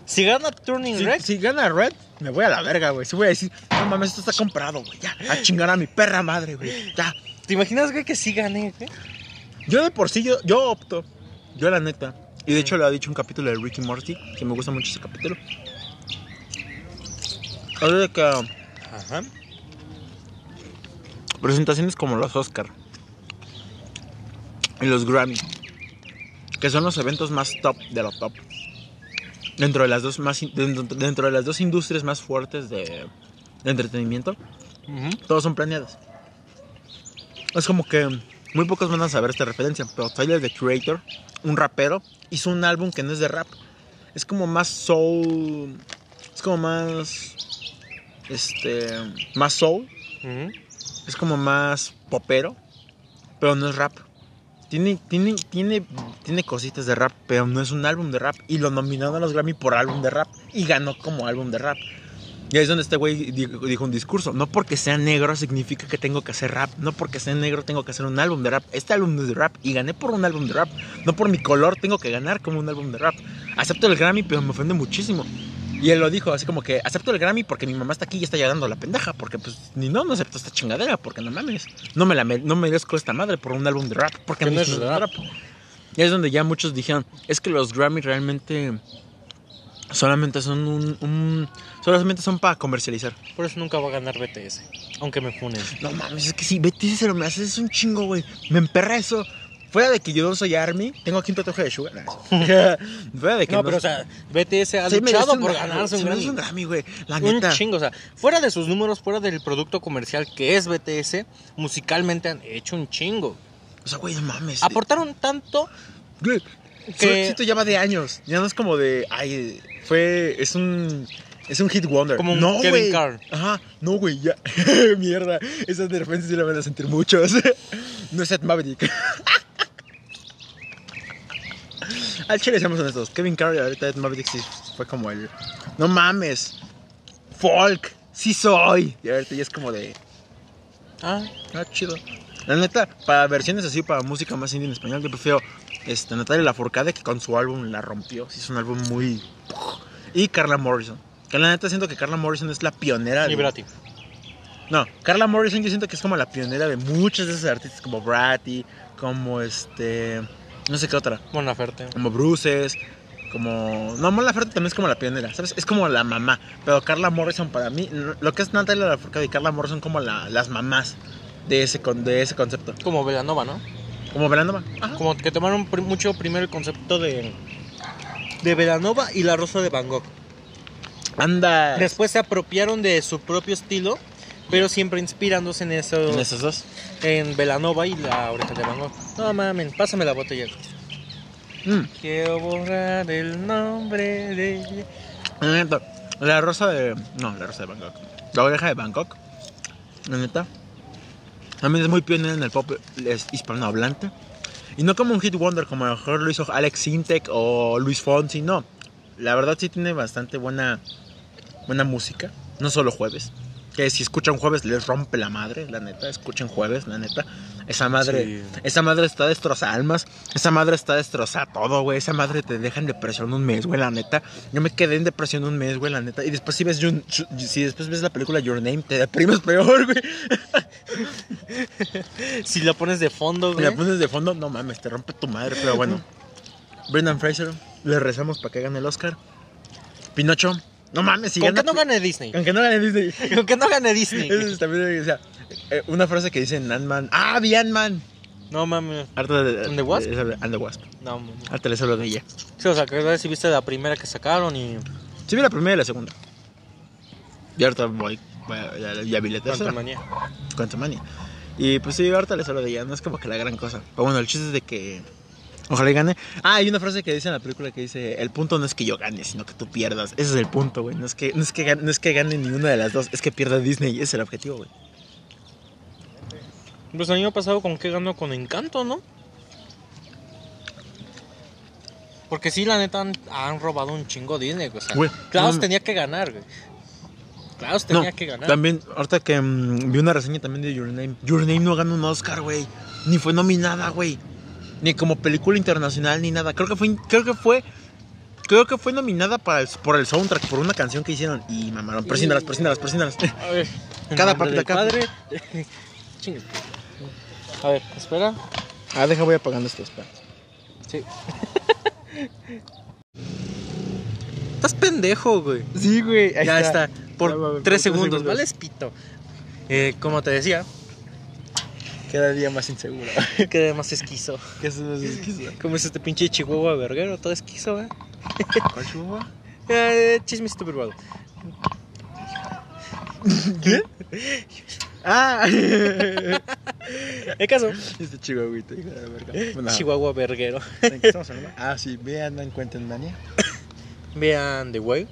[SPEAKER 2] Si gana Turning
[SPEAKER 1] Si,
[SPEAKER 2] Red,
[SPEAKER 1] si gana Red, me voy a la verga, güey. Si voy a decir, no mames, esto está comprado, güey. Ya, a chingar a mi perra madre, güey. Ya.
[SPEAKER 2] ¿te imaginas, güey, que sí gane, güey?
[SPEAKER 1] Yo de por sí, yo, yo opto. Yo la neta. Y de hecho lo ha dicho un capítulo de Ricky Morty, que me gusta mucho ese capítulo. Habla de que um,
[SPEAKER 2] Ajá.
[SPEAKER 1] presentaciones como los Oscar y los Grammy, que son los eventos más top de lo top. Dentro de las dos, más, in- dentro, dentro de las dos industrias más fuertes de, de entretenimiento, todos son planeados. Es como que muy pocos van a saber esta referencia, pero Tyler the Creator, un rapero, hizo un álbum que no es de rap. Es como más soul. Es como más. Este. Más soul.
[SPEAKER 2] Ujú.
[SPEAKER 1] Es como más popero. Pero no es rap. Tiene, tiene, tiene, tiene cositas de rap, pero no es un álbum de rap. Y lo nominaron a los Grammy por álbum de rap. Y ganó como álbum de rap. Y ahí es donde este güey di- dijo un discurso. No porque sea negro significa que tengo que hacer rap. No porque sea negro tengo que hacer un álbum de rap. Este álbum es de rap y gané por un álbum de rap. No por mi color tengo que ganar como un álbum de rap. Acepto el Grammy, pero me ofende muchísimo. Y él lo dijo así como que acepto el Grammy porque mi mamá está aquí y está llegando la pendeja. Porque pues ni no, no acepto esta chingadera. Porque no mames. No me, la me- no merezco esta madre por un álbum de rap. Porque
[SPEAKER 2] Que
[SPEAKER 1] no
[SPEAKER 2] no
[SPEAKER 1] es
[SPEAKER 2] es
[SPEAKER 1] un
[SPEAKER 2] rap.
[SPEAKER 1] rap. Y ahí es donde ya muchos dijeron, es que los Grammy realmente solamente son un- un solamente son para comercializar.
[SPEAKER 2] Por eso nunca va a ganar BTS. Aunque me funen.
[SPEAKER 1] No mames, es que si BTS se lo me haces es un chingo, güey. Me emperra eso. Fuera de que yo no soy Army, tengo aquí un tatuaje de Sugar. Fuera de que
[SPEAKER 2] No, pero o sea, BTS ha
[SPEAKER 1] se merece
[SPEAKER 2] luchado
[SPEAKER 1] un
[SPEAKER 2] por
[SPEAKER 1] Grammy,
[SPEAKER 2] ganarse un
[SPEAKER 1] se merece
[SPEAKER 2] Grammy.
[SPEAKER 1] un Grammy, güey. La
[SPEAKER 2] Un
[SPEAKER 1] neta.
[SPEAKER 2] chingo, o sea, fuera de sus números, fuera del producto comercial que es BTS, musicalmente han hecho un chingo.
[SPEAKER 1] O sea, güey, no mames.
[SPEAKER 2] Aportaron tanto
[SPEAKER 1] Güey, su
[SPEAKER 2] que-
[SPEAKER 1] éxito ya va de años. Ya no es como de, ay, fue, es un, es un hit wonder.
[SPEAKER 2] Como un
[SPEAKER 1] no,
[SPEAKER 2] Kevin
[SPEAKER 1] güey.
[SPEAKER 2] Carr.
[SPEAKER 1] Ajá, no, güey, ya. Mierda, esas de repente sí la van a sentir muchos. no es Seth Maverick. Al chile, seamos honestos. Kevin Carr y ahorita Ed Maverick sí fue como el, no mames, folk, sí soy. Y ahorita ya es como de,
[SPEAKER 2] Ah,
[SPEAKER 1] Ah, chido. La neta, para versiones así, para música más indie en español, yo prefiero este, Natalia Lafourcade, que con su álbum la rompió. Sí, es un álbum muy... Y Carla Morrison. Que la neta siento que Carla Morrison es la pionera de...
[SPEAKER 2] Liberati.
[SPEAKER 1] No, Carla Morrison yo siento que es como la pionera de muchas de esas artistas, como Bratty, como este... No sé qué otra.
[SPEAKER 2] Buena oferta.
[SPEAKER 1] Como Bruces, como... No, Mon Laferte también es como la pionera, ¿sabes? Es como la mamá. Pero Carla Morrison para mí, lo que es Natalia Lafourcade y Carla Morrison como la- las mamás de ese, con, de ese concepto.
[SPEAKER 2] Como Velanova, ¿no?
[SPEAKER 1] Como Velanova.
[SPEAKER 2] Como que tomaron pr- mucho primero el concepto de. De Velanova y la rosa de Van Gogh.
[SPEAKER 1] Anda.
[SPEAKER 2] Después se apropiaron de su propio estilo, pero siempre inspirándose en eso.
[SPEAKER 1] En esos dos.
[SPEAKER 2] En Velanova y la oreja de Van Gogh. No mamen, pásame la botella.
[SPEAKER 1] Mm.
[SPEAKER 2] Quiero borrar el nombre de.
[SPEAKER 1] La neta, La rosa de. No, la rosa de Bangkok. La oreja de Bangkok. La neta. También es muy pionera en el pop es hispanohablante. Y no como un hit wonder como a lo mejor lo hizo Alex Sintek o Luis Fonsi, no. La verdad sí tiene bastante buena, buena música. No solo jueves. Que si escuchan jueves les rompe la madre, la neta. Escuchen jueves, la neta. Esa madre,
[SPEAKER 2] Sí.
[SPEAKER 1] esa madre está destroza almas. Esa madre está destroza todo, güey. Esa madre te deja en depresión un mes, güey, la neta. Yo me quedé en depresión un mes, güey, la neta. Y después si ves, Your- si después ves la película Your Name, te deprimes peor, güey.
[SPEAKER 2] Si la pones de fondo,
[SPEAKER 1] Y
[SPEAKER 2] güey.
[SPEAKER 1] la pones de fondo, no mames, te rompe tu madre. Pero bueno, Brendan Fraser, le rezamos para que gane el Oscar. Pinocho, no mames, si
[SPEAKER 2] Con
[SPEAKER 1] gana.
[SPEAKER 2] que no gane Disney.
[SPEAKER 1] Aunque no gane Disney.
[SPEAKER 2] Con que no gane Disney.
[SPEAKER 1] Eso es también, o sea, eh, una frase que dice en Ant-Man. ¡Ah, vi Ant-Man!
[SPEAKER 2] No mames.
[SPEAKER 1] Harta de-
[SPEAKER 2] ¿And the Wasp?
[SPEAKER 1] de- de- And the Wasp.
[SPEAKER 2] No mames.
[SPEAKER 1] Harta les hablo de ella.
[SPEAKER 2] Sí, o sea, que si viste la primera que sacaron y.
[SPEAKER 1] Sí vi la primera y la segunda. Y ahorita voy, voy a- ya, ya vi la tercera.
[SPEAKER 2] Quantumania.
[SPEAKER 1] Quantumania. Y pues sí, ahorita les hablo de ella. No es como que la gran cosa. Pero bueno, el chiste es de que... Ojalá y gane. Ah, hay una frase que dice en la película que dice, el punto no es que yo gane, sino que tú pierdas. Ese es el punto, güey. No es que, no es que, gane, no es que gane ninguna de las dos, es que pierda Disney. Ese es el objetivo, güey.
[SPEAKER 2] Pues el año pasado, ¿con qué ganó? Con Encanto, ¿no? Porque sí, la neta, han, han robado un chingo Disney, güey. O sea,
[SPEAKER 1] Güey,
[SPEAKER 2] Klaus
[SPEAKER 1] no-
[SPEAKER 2] tenía que ganar, güey. Klaus tenía que ganar.
[SPEAKER 1] También, ahorita que mm, vi una reseña también de Your Name. Your Name no ganó un Oscar, güey. Ni fue nominada, güey. Ni como película internacional, ni nada. Creo que fue. Creo que fue. Creo que fue nominada para el- por el soundtrack, por una canción que hicieron. Y mamaron. Persínalas, persínalas, persínalas.
[SPEAKER 2] A ver. en
[SPEAKER 1] Cada parte,
[SPEAKER 2] nombre del
[SPEAKER 1] cada-
[SPEAKER 2] padre. Chingue. A ver, espera.
[SPEAKER 1] Ah, deja, voy apagando estos pads.
[SPEAKER 2] Sí. Estás pendejo, güey.
[SPEAKER 1] Sí, güey.
[SPEAKER 2] ya está. Por
[SPEAKER 1] Ya, va, por
[SPEAKER 2] tres
[SPEAKER 1] tres
[SPEAKER 2] segundos,
[SPEAKER 1] segundos.
[SPEAKER 2] ¿vale? Es pito. Eh, como te decía,
[SPEAKER 1] Cada día más inseguro.
[SPEAKER 2] quedé más esquizo.
[SPEAKER 1] ¿Qué es eso? ¿Es esquizo?
[SPEAKER 2] ¿Cómo es este pinche chihuahua verguero? Todo esquizo, ¿eh?
[SPEAKER 1] ¿Cuál chihuahua?
[SPEAKER 2] eh chismecito privado.
[SPEAKER 1] ¿Qué? Ah,
[SPEAKER 2] El caso,
[SPEAKER 1] este chihuahuita, hijo de la verga. Bueno,
[SPEAKER 2] chihuahua verguero.
[SPEAKER 1] ¿en qué estamos hablando? Ah, sí, vean, no encuentren mania.
[SPEAKER 2] Vean The Way.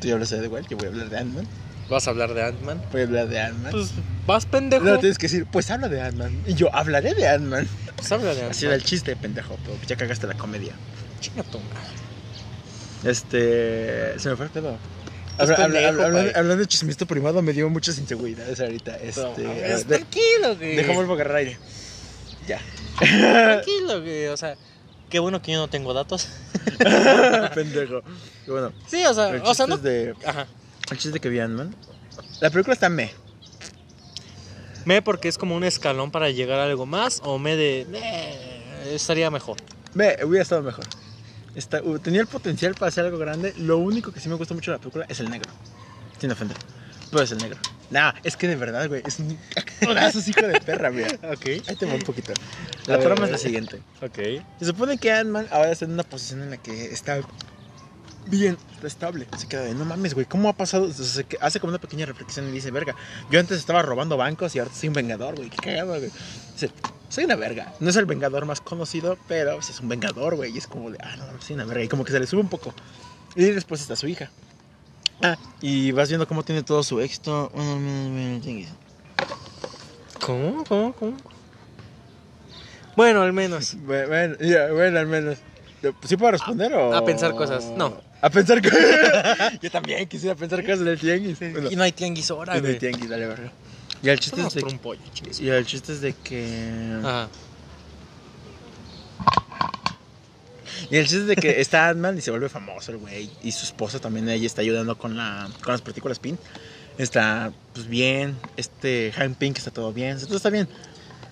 [SPEAKER 1] Tú ya hablas de igual, yo voy a hablar de Ant-Man.
[SPEAKER 2] Vas a hablar de Ant-Man.
[SPEAKER 1] Voy a hablar de Ant-Man.
[SPEAKER 2] Pues vas, pendejo.
[SPEAKER 1] no, tienes que decir, pues habla de Ant-Man. Y yo hablaré de Ant-Man.
[SPEAKER 2] Pues habla de
[SPEAKER 1] Así era
[SPEAKER 2] Ant-Man.
[SPEAKER 1] el chiste, pendejo. Pero ya cagaste la comedia.
[SPEAKER 2] Chinga tu madre.
[SPEAKER 1] Este. Se me fue el pedo.
[SPEAKER 2] Pues
[SPEAKER 1] Habla- habla-
[SPEAKER 2] pendejo,
[SPEAKER 1] habla- habla-
[SPEAKER 2] padre.
[SPEAKER 1] hablando de chismito primado, me dio muchas inseguridades ahorita. Este.
[SPEAKER 2] No, a ver,
[SPEAKER 1] a ver, de-
[SPEAKER 2] tranquilo, güey.
[SPEAKER 1] deja vuelvo a agarrar aire. Ya.
[SPEAKER 2] Tranquilo, güey. O sea, qué bueno que yo no tengo datos.
[SPEAKER 1] pendejo. Y bueno,
[SPEAKER 2] Sí, o sea,
[SPEAKER 1] el
[SPEAKER 2] o sea,
[SPEAKER 1] chiste,
[SPEAKER 2] no.
[SPEAKER 1] es de,
[SPEAKER 2] Ajá.
[SPEAKER 1] el chiste que vi Ant-Man. La película está me.
[SPEAKER 2] Me porque es como un escalón para llegar a algo más. O me de. me, estaría mejor.
[SPEAKER 1] Me, hubiera estado mejor. Está- hu- tenía el potencial para hacer algo grande. Lo único que sí me gusta mucho de la película es el negro. Sin ofender. Pero es el negro. Nah, es que de verdad, güey. Es un actorazo, hijo de perra, mira.
[SPEAKER 2] Ok.
[SPEAKER 1] Ahí te va un poquito.
[SPEAKER 2] A
[SPEAKER 1] La
[SPEAKER 2] ver,
[SPEAKER 1] trama
[SPEAKER 2] a
[SPEAKER 1] es la
[SPEAKER 2] ver.
[SPEAKER 1] siguiente.
[SPEAKER 2] Ok.
[SPEAKER 1] Se supone que Ant-Man ahora está en una posición en la que está bien estable. Se queda de, no mames, güey, ¿cómo ha pasado? Entonces, se que- hace como una pequeña reflexión y dice, verga, yo antes estaba robando bancos y ahora soy un vengador, güey, qué cagado, güey. Dice, soy una verga. No es el vengador más conocido, pero pues, es un vengador, güey. Y es como de, ah, no, soy una verga. Y como que se le sube un poco. Y después está su hija. Ah, y vas viendo cómo tiene todo su éxito.
[SPEAKER 2] ¿Cómo? ¿Cómo? ¿Cómo? Bueno, al menos.
[SPEAKER 1] Bueno, bueno, ya, bueno, al menos. ¿Sí puedo responder o...?
[SPEAKER 2] a pensar cosas, no.
[SPEAKER 1] A pensar cosas. Yo también quisiera pensar cosas del tianguis. Bueno,
[SPEAKER 2] Y no hay tianguis ahora,
[SPEAKER 1] en el
[SPEAKER 2] güey.
[SPEAKER 1] tianguis, Este, dale, verga. Y el chiste es
[SPEAKER 2] Vamos
[SPEAKER 1] de
[SPEAKER 2] por
[SPEAKER 1] que...
[SPEAKER 2] un Ah. pollo, chingues.
[SPEAKER 1] Y el chiste es de que...
[SPEAKER 2] Ajá.
[SPEAKER 1] Y el chiste es de que está Ant-Man y se vuelve famoso el güey. Y su esposa también, ella está ayudando con, la, con las partículas PIN. Está, pues, bien. Este Han Pink está todo bien. Todo está bien.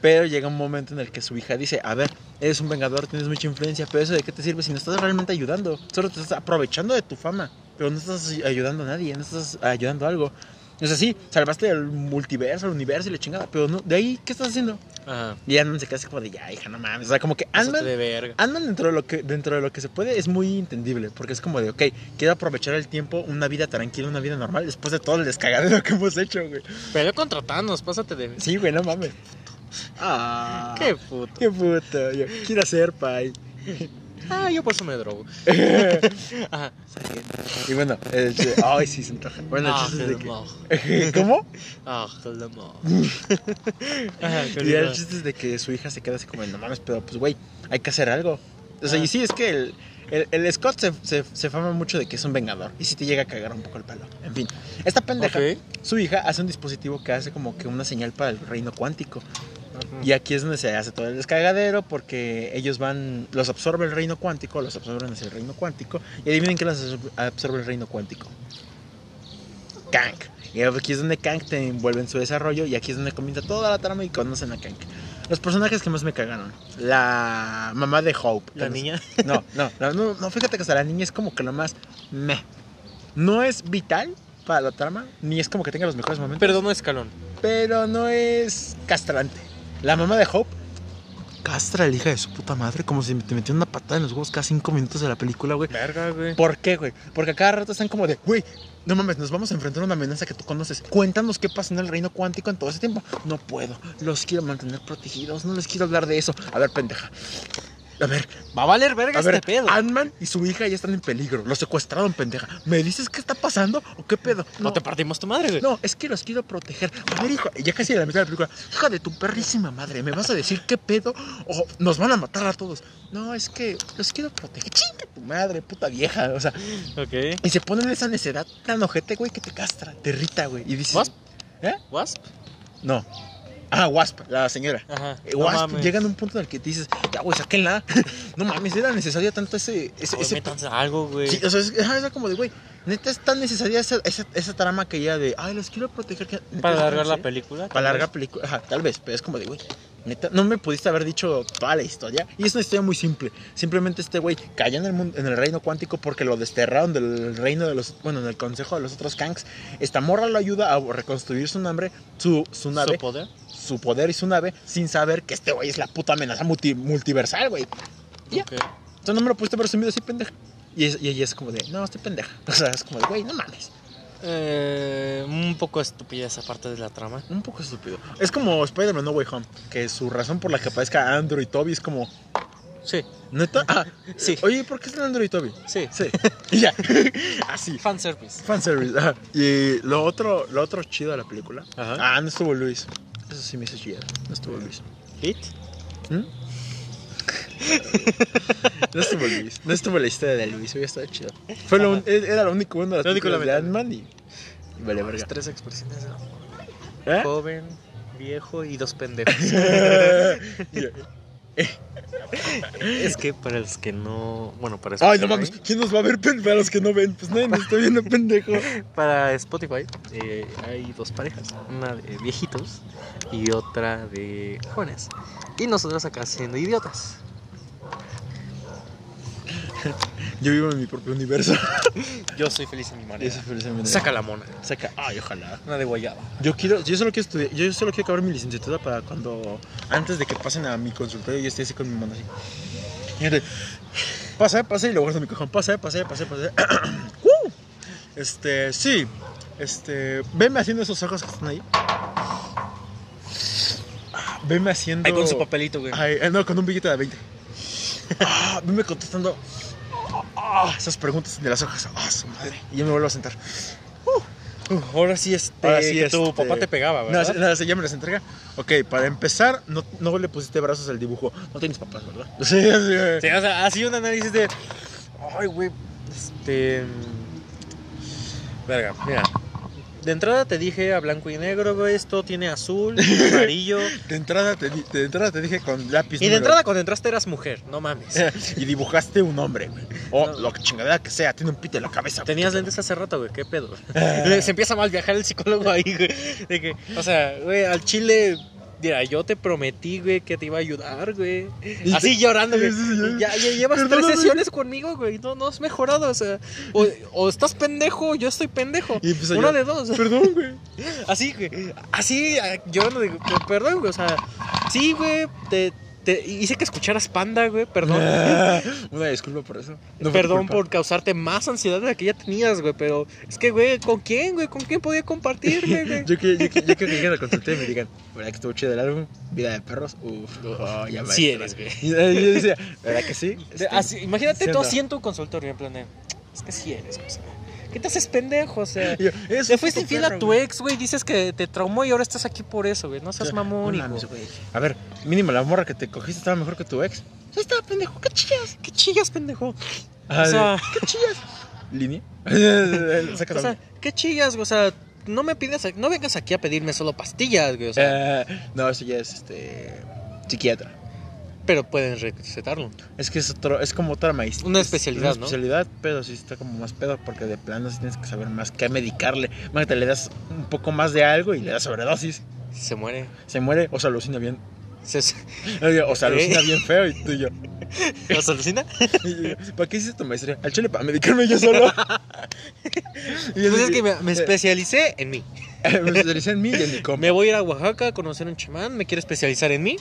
[SPEAKER 1] Pero llega un momento en el que su hija dice, a ver, eres un vengador, tienes mucha influencia, pero eso de qué te sirve si no estás realmente ayudando. Solo te estás aprovechando de tu fama, pero no estás ayudando a nadie, no estás ayudando a algo. O sea, sí, salvaste el multiverso, el universo y la chingada, pero no, de ahí, ¿qué estás haciendo?
[SPEAKER 2] Ajá.
[SPEAKER 1] Y Ant-Man se queda así como de, ya, hija, no mames. O sea, como que
[SPEAKER 2] Pásate
[SPEAKER 1] Ant-Man
[SPEAKER 2] de verga.
[SPEAKER 1] Ant-Man dentro de lo que dentro de lo que se puede es muy entendible, porque es como de, ok, quiero aprovechar el tiempo, una vida tranquila, una vida normal, después de todo el descagadero que hemos hecho, güey.
[SPEAKER 2] Pero contratanos, pásate de verga.
[SPEAKER 1] Sí, güey, no mames. Ah,
[SPEAKER 2] Qué puto.
[SPEAKER 1] qué puto. Yo quiero ser pai.
[SPEAKER 2] Ah, yo por eso me drogo. Ajá.
[SPEAKER 1] Y bueno, el ch- ay, sí se antoja. Bueno, el
[SPEAKER 2] ah,
[SPEAKER 1] chiste es de que
[SPEAKER 2] Helmo.
[SPEAKER 1] ¿Cómo?
[SPEAKER 2] Ah, Helmo. Ajá, qué
[SPEAKER 1] Y el
[SPEAKER 2] rico.
[SPEAKER 1] chiste es de que su hija se queda así como, de, no mames, pero pues güey, hay que hacer algo. O sea,
[SPEAKER 2] Ah.
[SPEAKER 1] y sí, es que el, el- el Scott se, se, se fama mucho de que es un vengador. Y sí te llega a cagar un poco el palo. En fin, esta pendeja,
[SPEAKER 2] Ok.
[SPEAKER 1] su hija hace un dispositivo que hace como que una señal para el reino cuántico. Y aquí es donde se hace todo el descagadero porque ellos van, los absorbe el reino cuántico, los absorben hacia el reino cuántico. Y adivinen que los absor- absorbe el reino cuántico. Kang. Y aquí es donde Kang te envuelve en su desarrollo y aquí es donde comienza toda la trama y conocen a Kang. Los personajes que más me cagaron. La mamá de Hope.
[SPEAKER 2] La
[SPEAKER 1] Que no-
[SPEAKER 2] niña.
[SPEAKER 1] No, no, no, no, no, fíjate que hasta la niña es como que lo más meh. No es vital para la trama, ni es como que tenga los mejores momentos
[SPEAKER 2] Perdón, escalón.
[SPEAKER 1] pero no es castrante. La mamá de Hope castra la hija de su puta madre, como si te metió una patada en los huevos cada cinco minutos de la película, güey.
[SPEAKER 2] Verga, güey.
[SPEAKER 1] ¿Por qué, güey? Porque a cada rato están como de, güey, no mames, nos vamos a enfrentar a una amenaza que tú conoces. Cuéntanos qué pasa en el reino cuántico en todo ese tiempo. No puedo, los quiero mantener protegidos, no les quiero hablar de eso. A ver, pendeja. A ver,
[SPEAKER 2] Va a valer verga
[SPEAKER 1] a
[SPEAKER 2] este
[SPEAKER 1] ver, ah,
[SPEAKER 2] pedo.
[SPEAKER 1] Ant-Man y su hija ya están en peligro. Los secuestraron, pendeja. ¿Me dices qué está pasando o qué pedo?
[SPEAKER 2] No te partimos tu madre, güey.
[SPEAKER 1] No, es que los quiero proteger. A ver, hijo, ya casi a la mitad de la película. Hija de tu perrísima madre, ¿me vas a decir qué pedo? O nos van a matar a todos. No, es que los quiero proteger. Chinga tu madre, puta vieja. O sea,
[SPEAKER 2] Ok.
[SPEAKER 1] y se ponen esa necedad tan ojete, güey, que te castra, te irrita, güey. Y dices.
[SPEAKER 2] ¿Wasp?
[SPEAKER 1] ¿Eh?
[SPEAKER 2] ¿Wasp?
[SPEAKER 1] No. Ah, Wasp, la señora.
[SPEAKER 2] Ajá.
[SPEAKER 1] Eh,
[SPEAKER 2] No
[SPEAKER 1] Wasp,
[SPEAKER 2] mames.
[SPEAKER 1] llegan a un punto en el que te dices, ya, güey, sáquenla. no mames, era necesario tanto ese. ese,
[SPEAKER 2] Güey,
[SPEAKER 1] ese-
[SPEAKER 2] métanse algo, güey.
[SPEAKER 1] Sí, o sea, es, ajá, era como de, güey, neta es tan necesaria esa, esa, esa trama que ya de, ay, los quiero proteger. que- ¿Eh? neta
[SPEAKER 2] Para
[SPEAKER 1] es
[SPEAKER 2] alargar la
[SPEAKER 1] necesaria.
[SPEAKER 2] película.
[SPEAKER 1] Para larga película, ajá, tal vez, pero es como de, güey, neta, no me pudiste haber dicho toda la historia. Y es una historia muy simple. Simplemente este güey cayó en el, mundo, en el reino cuántico porque lo desterraron del reino de los, bueno, del consejo de los otros Kangs. Esta morra lo ayuda a reconstruir su nombre, su, su nave,
[SPEAKER 2] Su poder.
[SPEAKER 1] su poder y su nave, sin saber que este güey es la puta amenaza multi- multiversal, güey. Ya.
[SPEAKER 2] Ok.
[SPEAKER 1] Entonces no me lo pudiste haber resumido así, pendeja. Y, es- y ella es como de, no, estoy pendeja. O sea, es como de, güey, no mames.
[SPEAKER 2] Eh, un poco estúpida esa parte de la trama.
[SPEAKER 1] Un poco estúpido. Es como Spider-Man No Way Home, que su razón por la que aparezca Andrew y Toby es como,
[SPEAKER 2] Sí,
[SPEAKER 1] ¿neta? Ah,
[SPEAKER 2] Sí.
[SPEAKER 1] Oye, ¿por qué están Andrew y Toby?
[SPEAKER 2] sí.
[SPEAKER 1] Sí. Y ya. Así.
[SPEAKER 2] Fanservice.
[SPEAKER 1] Fanservice. ajá. Y lo otro, lo otro chido de la película.
[SPEAKER 2] Ajá.
[SPEAKER 1] Ah, no estuvo Luis. Eso sí me hizo chido. No estuvo Luis.
[SPEAKER 2] Hit.
[SPEAKER 1] ¿Mm? No estuvo Luis. No estuvo la historia de Luis. Hubiera estado chido. Fue lo, un- e, era lo único bueno de las
[SPEAKER 2] Lo único
[SPEAKER 1] películas de
[SPEAKER 2] lamentable.
[SPEAKER 1] Ant-Man y... y Vale, verga.
[SPEAKER 2] tres expresiones. de-
[SPEAKER 1] ¿Eh?
[SPEAKER 2] Joven, viejo y dos pendejos. es que para los que no. Bueno, para Spotify.
[SPEAKER 1] Ay, no mames, ¿quién nos va a ver pen- para los que no ven? Pues nadie nos está viendo, pendejo.
[SPEAKER 2] Para Spotify eh, hay dos parejas. Una de viejitos y otra de jóvenes. Y nosotros acá siendo idiotas.
[SPEAKER 1] Yo vivo en mi propio universo.
[SPEAKER 2] Yo soy feliz en mi manera.
[SPEAKER 1] felizmente. Saca.
[SPEAKER 2] Saca la mona.
[SPEAKER 1] Saca. Ay, ojalá.
[SPEAKER 2] Una de guayaba.
[SPEAKER 1] Yo quiero, yo solo quiero estudiar, yo solo quiero acabar mi licenciatura para cuando, antes de que pasen a mi consultorio, yo esté así con mi mano así. Fíjate, pasé, pasé y lo guardo en mi cajón. Pasé, pasé, pasé, pasé. ¡Uh! Este, sí. Este, venme haciendo esos ojos que están ahí. Ah, Venme haciendo.
[SPEAKER 2] Ahí con su papelito, güey.
[SPEAKER 1] Ay, eh, no, con un billete de 20. Ah, venme contestando ah, esas preguntas de las hojas. Ah, su madre. Y yo me vuelvo a sentar.
[SPEAKER 2] ahora sí, este.
[SPEAKER 1] Ahora sí,
[SPEAKER 2] que Tu
[SPEAKER 1] este-
[SPEAKER 2] papá te pegaba,
[SPEAKER 1] No,
[SPEAKER 2] ¿verdad?
[SPEAKER 1] se- no, se- ya me las entrega. Ok, para empezar, no, no le pusiste brazos al dibujo. No tienes papás, ¿verdad? Sí, sí, sí.
[SPEAKER 2] Sí, o sea, así un análisis de. Ay, güey. Este. Verga, mira. De entrada te dije a blanco y negro, güey. Esto tiene azul, amarillo.
[SPEAKER 1] De, entrada te, di- de entrada te dije con lápiz.
[SPEAKER 2] Y de
[SPEAKER 1] número-
[SPEAKER 2] entrada cuando entraste eras mujer, no mames.
[SPEAKER 1] Y dibujaste un hombre, güey. O
[SPEAKER 2] No.
[SPEAKER 1] lo que chingadera que sea, tiene un pito en la cabeza. güey.
[SPEAKER 2] Tenías lentes hace rato, güey, qué pedo.
[SPEAKER 1] Ah.
[SPEAKER 2] Se empieza a mal viajar el psicólogo ahí, güey. De que, o sea, güey, al chile. Mira, yo te prometí, güey, que te iba a ayudar, güey.
[SPEAKER 1] Y
[SPEAKER 2] Así llorando, güey.
[SPEAKER 1] Sí, sí, sí.
[SPEAKER 2] Ya, ya llevas
[SPEAKER 1] Perdóname.
[SPEAKER 2] tres sesiones conmigo, güey. No, no has mejorado, o sea. O, o estás pendejo o yo estoy pendejo.
[SPEAKER 1] Y empiezo a
[SPEAKER 2] Una
[SPEAKER 1] llorar.
[SPEAKER 2] de dos.
[SPEAKER 1] Perdón, güey.
[SPEAKER 2] Así, güey. Así ah, llorando. Digo, "Per- perdón, güey. O sea, sí, güey. Te, te hice que escucharas panda, güey.
[SPEAKER 1] Ah.
[SPEAKER 2] Perdón.
[SPEAKER 1] Una disculpa por eso. No fue tu
[SPEAKER 2] perdón
[SPEAKER 1] culpa.
[SPEAKER 2] por causarte más ansiedad de la que ya tenías, güey. Pero es que, güey, ¿con quién, güey? ¿Con quién podía compartirme, güey?
[SPEAKER 1] Yo quiero, yo, quiero- yo quiero que lleguen al consultorio y me digan, ¿verdad que estuvo chido el álbum? Vida de perros, uff, oh, ya
[SPEAKER 2] Sí
[SPEAKER 1] maestra".
[SPEAKER 2] eres, güey.
[SPEAKER 1] Y yo decía, ¿verdad que sí?
[SPEAKER 2] De- Este, ah, así, imagínate
[SPEAKER 1] sí,
[SPEAKER 2] tú
[SPEAKER 1] no.
[SPEAKER 2] así en tu consultorio, en plan de, Es que sí eres, güey. o sea, ¿Qué te haces pendejo? O sea.
[SPEAKER 1] Y yo, "Eres
[SPEAKER 2] Te
[SPEAKER 1] un puto
[SPEAKER 2] fuiste infiel
[SPEAKER 1] perro,
[SPEAKER 2] a tu
[SPEAKER 1] güey".
[SPEAKER 2] ex, güey. Dices que te traumó y ahora estás aquí por eso, güey. No seas
[SPEAKER 1] No
[SPEAKER 2] mamón, hijo.
[SPEAKER 1] mames, güey. A ver, mínimo la morra que te cogiste estaba mejor que tu ex. Ya está, pendejo, qué chillas.
[SPEAKER 2] ¿Qué chillas, pendejo?
[SPEAKER 1] Ah,
[SPEAKER 2] o sea,
[SPEAKER 1] ¿Qué chillas? ¿Línea? Saca
[SPEAKER 2] o sea, ¿qué chillas? güey? O sea, no me pidas, no vengas aquí a pedirme solo pastillas, güey. O sea,
[SPEAKER 1] Eh, no, eso ya es este psiquiatra.
[SPEAKER 2] pero pueden recetarlo.
[SPEAKER 1] Es que es otro, es como otra maíz.
[SPEAKER 2] Una
[SPEAKER 1] es
[SPEAKER 2] especialidad,
[SPEAKER 1] Una
[SPEAKER 2] ¿no?
[SPEAKER 1] especialidad, pero sí está como más pedo, porque de plano sí tienes que saber más qué medicarle. Más te le das un poco más de algo y le das sobredosis.
[SPEAKER 2] Se muere.
[SPEAKER 1] Se muere o se alucina bien.
[SPEAKER 2] Se, se,
[SPEAKER 1] O se alucina
[SPEAKER 2] ¿Eh?
[SPEAKER 1] bien feo y tú y yo.
[SPEAKER 2] ¿os alucina?
[SPEAKER 1] Y yo, ¿Para qué hiciste tu maestría? Al chile para medicarme yo solo. Y yo
[SPEAKER 2] Pues es
[SPEAKER 1] dije,
[SPEAKER 2] que me, me
[SPEAKER 1] eh,
[SPEAKER 2] especialicé en mí.
[SPEAKER 1] me especialicé en mí y en mi comida.
[SPEAKER 2] Me voy a ir a Oaxaca a conocer un chamán, me quiero especializar en mí.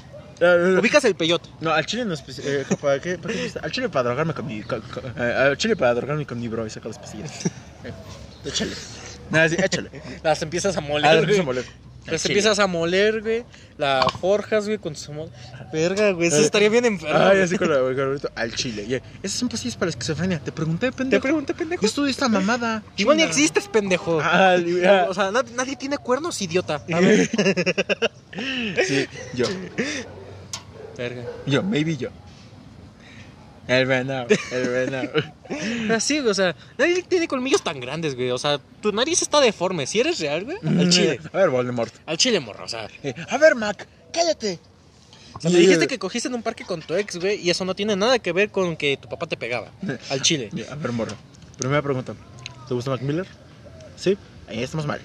[SPEAKER 2] Ubicas el peyote.
[SPEAKER 1] No, al chile no es eh, ¿para qué? ¿Para qué fuiste? Al chile para drogarme con mi. con- con- eh, al chile para drogarme con mi bro y saca las pastillas. Eh, échale. Nada, sí, échale.
[SPEAKER 2] Las empiezas a
[SPEAKER 1] Ah,
[SPEAKER 2] moler,
[SPEAKER 1] las
[SPEAKER 2] güey.
[SPEAKER 1] empiezo a moler.
[SPEAKER 2] Las
[SPEAKER 1] Chile.
[SPEAKER 2] empiezas a moler, güey. La forjas, güey, con su mol... Verga, güey, eso estaría bien enfermo.
[SPEAKER 1] Ay,
[SPEAKER 2] güey.
[SPEAKER 1] así con la con la- con la- Al chile. Yeah. Esas son pastillas para la esquizofrenia. Te pregunté,
[SPEAKER 2] Te
[SPEAKER 1] pendejo.
[SPEAKER 2] pregunté, pendejo.
[SPEAKER 1] Yo estudié esta mamada.
[SPEAKER 2] Igual ni
[SPEAKER 1] Chinga.
[SPEAKER 2] existes, pendejo.
[SPEAKER 1] Ah, li- ah.
[SPEAKER 2] O sea, nad- nadie, tiene cuernos, idiota. A ver.
[SPEAKER 1] Sí, yo.
[SPEAKER 2] Verga.
[SPEAKER 1] Yo, maybe yo. El venado, el venado.
[SPEAKER 2] Así, Ah, güey, o sea, nadie tiene colmillos tan grandes, güey. O sea, tu nariz está deforme. Si eres real, güey, al chile.
[SPEAKER 1] A ver, Voldemort.
[SPEAKER 2] Al chile, morro, o sea.
[SPEAKER 1] Eh, a ver, Mac, cállate.
[SPEAKER 2] O sea, me dijiste que cogiste en un parque con tu ex, güey, y eso no tiene nada que ver con que tu papá te pegaba. Al chile.
[SPEAKER 1] Ya, A ver, morro. Primera pregunta. ¿Te gusta Mac Miller? Sí. Ahí estamos mal.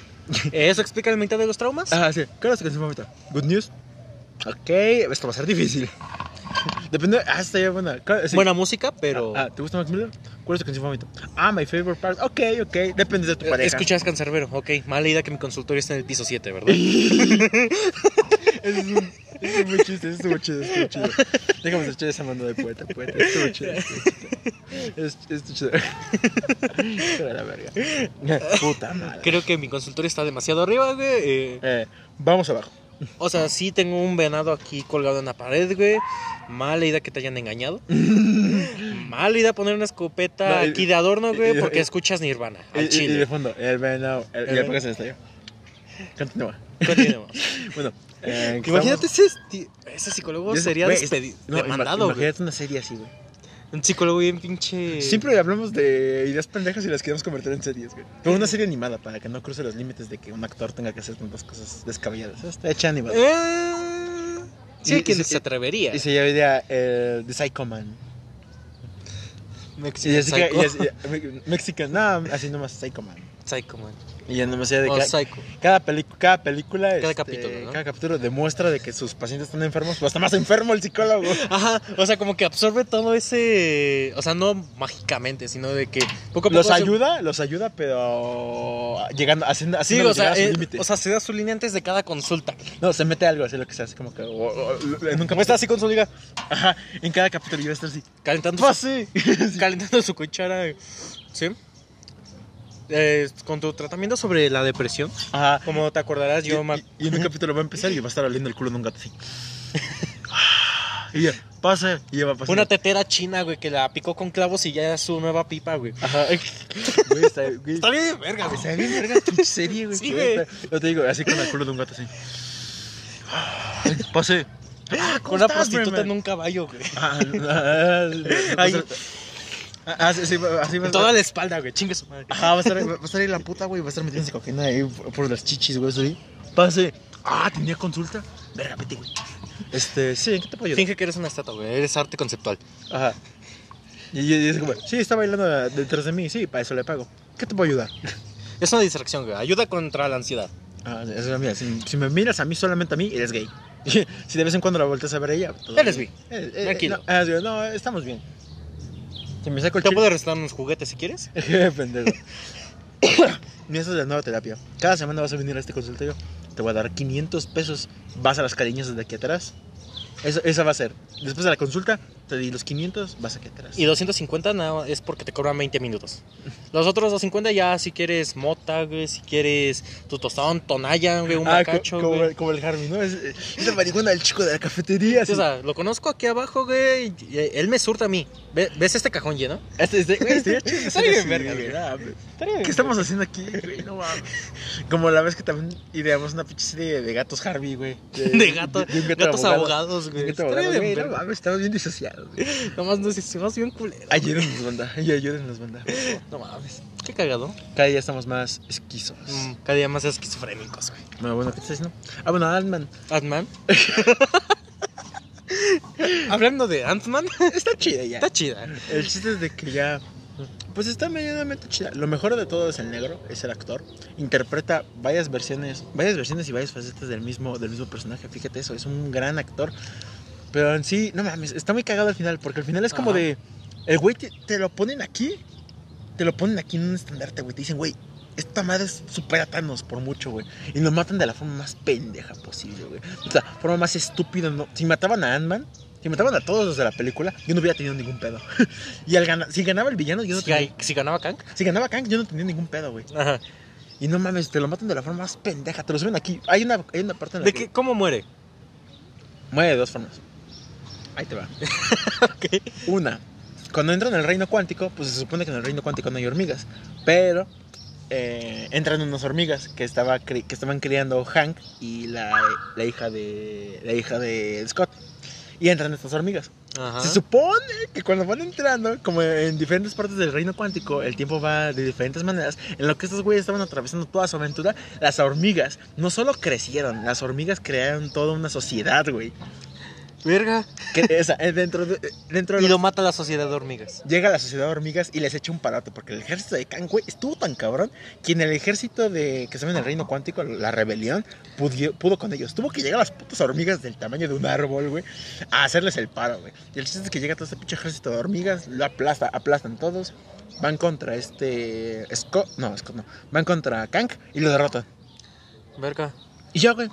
[SPEAKER 2] Eh, ¿Eso explica la mitad de los traumas?
[SPEAKER 1] Ah, sí. ¿Cuál es tu canción favorita? Good News. Ok, esto va a ser difícil. Depende. Ah, está ya buena. ¿Cuál- sí.
[SPEAKER 2] Buena música, pero.
[SPEAKER 1] Ah, ¿te gusta Mac Miller? ¿Cuál es tu canción favorita? Ah, my favorite part. Ok, ok. Depende
[SPEAKER 2] Eh,
[SPEAKER 1] de tu pareja.
[SPEAKER 2] Escuchas cancerbero, ok. Mala idea que mi consultorio está en el piso 7, ¿verdad?
[SPEAKER 1] Ese es un, ese es muy chiste, ese estuvo chido, estuvo chido. Déjame echar esa mano de poeta, poeta. Estuvo chido, estuvo chido. Es, estuvo chido. Hijo de la verga. Puta madre.
[SPEAKER 2] Creo que mi consultorio está demasiado arriba, güey. eh,
[SPEAKER 1] Eh, vamos abajo.
[SPEAKER 2] o sea, sí tengo un venado aquí colgado en la pared, güey. Mala idea que te hayan engañado. Mala idea poner una escopeta
[SPEAKER 1] No, y-
[SPEAKER 2] aquí de adorno,
[SPEAKER 1] y-
[SPEAKER 2] güey,
[SPEAKER 1] y-
[SPEAKER 2] porque
[SPEAKER 1] y-
[SPEAKER 2] escuchas Nirvana.
[SPEAKER 1] Y, y-
[SPEAKER 2] Al
[SPEAKER 1] y de
[SPEAKER 2] chile.
[SPEAKER 1] fondo, el venado. El, y
[SPEAKER 2] El-
[SPEAKER 1] el podcast se estalló. Continúa.
[SPEAKER 2] Continuemos.
[SPEAKER 1] Bueno, eh, que
[SPEAKER 2] Imagínate
[SPEAKER 1] estamos-
[SPEAKER 2] ese, esti- ese psicólogo
[SPEAKER 1] Yo sé-
[SPEAKER 2] sería
[SPEAKER 1] güey,
[SPEAKER 2] despedido,
[SPEAKER 1] no, ima-
[SPEAKER 2] demandado, güey.
[SPEAKER 1] Imagínate una serie así, güey.
[SPEAKER 2] Un psicólogo bien pinche.
[SPEAKER 1] Siempre hablamos de ideas pendejas y las queremos convertir en series, güey. Pero una serie animada para que no cruce los límites de que un actor tenga que hacer tantas cosas descabelladas. Está hecha animada.
[SPEAKER 2] Eh, sí, hay
[SPEAKER 1] Y-
[SPEAKER 2] quien
[SPEAKER 1] y-
[SPEAKER 2] se atrevería.
[SPEAKER 1] Y se llama idea eh, The Psycho Man.
[SPEAKER 2] Mexican
[SPEAKER 1] Y así que,
[SPEAKER 2] Psycho.
[SPEAKER 1] y así, me- Mexican, no, así nomás Psycho Man.
[SPEAKER 2] Psycho, man.
[SPEAKER 1] Y ya nomás ya de
[SPEAKER 2] O
[SPEAKER 1] cada,
[SPEAKER 2] Psycho.
[SPEAKER 1] cada, pelicu- cada película,
[SPEAKER 2] Cada
[SPEAKER 1] este,
[SPEAKER 2] capítulo, ¿no?
[SPEAKER 1] cada capítulo demuestra de que sus pacientes están enfermos, o está más enfermo el psicólogo.
[SPEAKER 2] Ajá, o sea, como que absorbe todo ese. O sea, no mágicamente, sino de que poco a poco.
[SPEAKER 1] Los
[SPEAKER 2] se-
[SPEAKER 1] ayuda, los ayuda, pero llegando, haciendo,
[SPEAKER 2] Sí,
[SPEAKER 1] haciendo
[SPEAKER 2] o
[SPEAKER 1] llegar
[SPEAKER 2] sea,
[SPEAKER 1] a su
[SPEAKER 2] eh,
[SPEAKER 1] límite.
[SPEAKER 2] o sea, se da su línea antes de cada consulta.
[SPEAKER 1] no, se mete algo, así lo que se hace, como que, o- o- en un
[SPEAKER 2] Como
[SPEAKER 1] capítulo,
[SPEAKER 2] está así con su liga,
[SPEAKER 1] ajá, en cada capítulo yo estar así,
[SPEAKER 2] calentando,
[SPEAKER 1] ¡pues sí!
[SPEAKER 2] su, calentando su cuchara. eh. ¿Sí? Eh, con tu tratamiento sobre la depresión,
[SPEAKER 1] Ajá,
[SPEAKER 2] como te acordarás,
[SPEAKER 1] Y-
[SPEAKER 2] yo. ma-
[SPEAKER 1] y, y en un capítulo va a empezar y va a estar oliendo el culo de un gato así. y ya, pasa, y ya va a pasar.
[SPEAKER 2] Una tetera china, güey, que la picó con clavos y ya es su nueva pipa, güey.
[SPEAKER 1] Ajá. Güey, está, güey,
[SPEAKER 2] Está bien, de verga, güey.
[SPEAKER 1] está bien verga la pinche serie, güey.
[SPEAKER 2] Sí,
[SPEAKER 1] Está-
[SPEAKER 2] güey.
[SPEAKER 1] Yo te digo, así con el culo de un gato así. Pase.
[SPEAKER 2] Con una prostituta en un caballo, güey.
[SPEAKER 1] Ah,
[SPEAKER 2] Ay.
[SPEAKER 1] así, Ah, va- así va a
[SPEAKER 2] En toda
[SPEAKER 1] estar.
[SPEAKER 2] la espalda, güey, chingue su madre.
[SPEAKER 1] Ajá, va a estar, va a estar ahí la puta, güey. Va a estar metiéndose cocaína ahí por por las chichis, güey. así. Pase. Ah, tenía consulta. Verga, vete, güey. Este, sí, ¿en qué te puedo ayudar?
[SPEAKER 2] Finge que eres una estatua, güey, eres arte conceptual.
[SPEAKER 1] Ajá. Y, y- y es como, sí, está bailando detrás de mí, sí, para eso le pago. ¿Qué te puedo ayudar?
[SPEAKER 2] Es una distracción, güey. Ayuda contra la ansiedad.
[SPEAKER 1] Ah, es la mía. Si, si me miras a mí, solamente a mí, eres gay. si de vez en cuando la volteas a ver a ella, todo
[SPEAKER 2] Eres
[SPEAKER 1] bien. Eh, eh,
[SPEAKER 2] Tranquilo.
[SPEAKER 1] No, ah, digo, no, estamos bien. Si me saco el
[SPEAKER 2] Te
[SPEAKER 1] chip.
[SPEAKER 2] puedo restar unos juguetes si quieres.
[SPEAKER 1] Pendejo. Mira, esa es la nueva terapia. Cada semana vas a venir a este consultorio. Te voy a dar 500 pesos. Vas a las cariñosas de aquí atrás. Eso- esa va a ser. Después de la consulta, te di los 500, vas aquí atrás.
[SPEAKER 2] Y 250 nada más es porque te cobran 20 minutos. Los otros 250 ya si quieres mota, güey, si quieres tu tostón, tonalla, güey, un
[SPEAKER 1] Ah, co-
[SPEAKER 2] macacho,
[SPEAKER 1] como,
[SPEAKER 2] güey.
[SPEAKER 1] el- como el Harvey, ¿no? Es, es la marihuana del chico de la cafetería. así.
[SPEAKER 2] Sí, o sea, lo conozco aquí abajo, güey. y Él me surta a mí. Ve- ¿Ves este cajón lleno?
[SPEAKER 1] Este- este- güey, estaría chido hacer
[SPEAKER 2] Está bien
[SPEAKER 1] así,
[SPEAKER 2] verga,
[SPEAKER 1] güey.
[SPEAKER 2] güey.
[SPEAKER 1] Ah, güey. ¿Qué estamos haciendo aquí, güey? No mames. Como la vez que también ideamos una pinche serie de gatos Harvey, güey.
[SPEAKER 2] De gato,
[SPEAKER 1] de un
[SPEAKER 2] gatos
[SPEAKER 1] abogado.
[SPEAKER 2] abogados,
[SPEAKER 1] De un
[SPEAKER 2] güey.
[SPEAKER 1] gato
[SPEAKER 2] Está
[SPEAKER 1] abogado,
[SPEAKER 2] bien
[SPEAKER 1] güey, no No mames, estamos bien disociados. güey.
[SPEAKER 2] Nomás nos hicimos bien culero.
[SPEAKER 1] Ayúdennos, banda. Y ayúdennos, banda.
[SPEAKER 2] No mames. Qué cagado.
[SPEAKER 1] Cada día estamos más esquizos.
[SPEAKER 2] Mm, Cada día más esquizofrénicos, güey.
[SPEAKER 1] Bueno, bueno, ¿qué estás diciendo? Ah, bueno, Ant-Man.
[SPEAKER 2] Ant-Man. Hablando de Ant-Man,
[SPEAKER 1] Está chida ya.
[SPEAKER 2] está chida.
[SPEAKER 1] El chiste es de que ya. Pues está medianamente chida. Lo mejor de todo es el negro, es el actor. Interpreta varias versiones, varias versiones y varias facetas del mismo, del mismo personaje. Fíjate eso, es un gran actor. Pero en sí, no mames, está muy cagado al final, porque al final es como
[SPEAKER 2] Ajá.
[SPEAKER 1] de. El güey te, te lo ponen aquí. Te lo ponen aquí en un estandarte, güey. Te dicen, güey, esta madre es supera a Thanos por mucho, güey. Y lo matan de la forma más pendeja posible, güey. O sea, forma más estúpida. ¿no? Si mataban a Ant-Man, si mataban a todos los de la película, yo no hubiera tenido ningún pedo. y al gana- si ganaba el villano, yo no
[SPEAKER 2] Si,
[SPEAKER 1] tenía.
[SPEAKER 2] ga- si ganaba Kang.
[SPEAKER 1] Si ganaba Kang, yo no tenía ningún pedo, güey.
[SPEAKER 2] Ajá.
[SPEAKER 1] Y no mames, te lo matan de la forma más pendeja. Te lo suben aquí. Hay una, hay una parte en la
[SPEAKER 2] ¿De
[SPEAKER 1] que
[SPEAKER 2] qué, ¿Cómo muere?
[SPEAKER 1] muere de dos formas. Ahí te va.
[SPEAKER 2] Ok.
[SPEAKER 1] Una, cuando entran en el reino cuántico, pues se supone que en el reino cuántico no hay hormigas, pero eh, entran unas hormigas que, estaba cri- que estaban criando Hank y la, la hija de la hija de Scott. Y entran estas hormigas.
[SPEAKER 2] Ajá.
[SPEAKER 1] Se supone que cuando van entrando, como en diferentes partes del reino cuántico, el tiempo va de diferentes maneras. En lo que estos güeyes estaban atravesando toda su aventura, las hormigas no solo crecieron, las hormigas crearon toda una sociedad, güey.
[SPEAKER 2] Verga.
[SPEAKER 1] Que, esa, eh, dentro de, dentro de
[SPEAKER 2] Y
[SPEAKER 1] los-
[SPEAKER 2] lo mata la sociedad de hormigas.
[SPEAKER 1] Llega la sociedad de hormigas y les echa un parote porque el ejército de Kang, güey, estuvo tan cabrón que en el ejército de que estaba en el reino cuántico, la rebelión, pudió- pudo con ellos. Tuvo que llegar las putas hormigas del tamaño de un árbol, güey, a hacerles el paro, güey. Y el chiste es que llega todo este pinche ejército de hormigas, lo aplasta, aplastan todos, van contra este Scott, no, Scott no, van contra Kang y lo derrotan.
[SPEAKER 2] Verga.
[SPEAKER 1] Y ya, güey,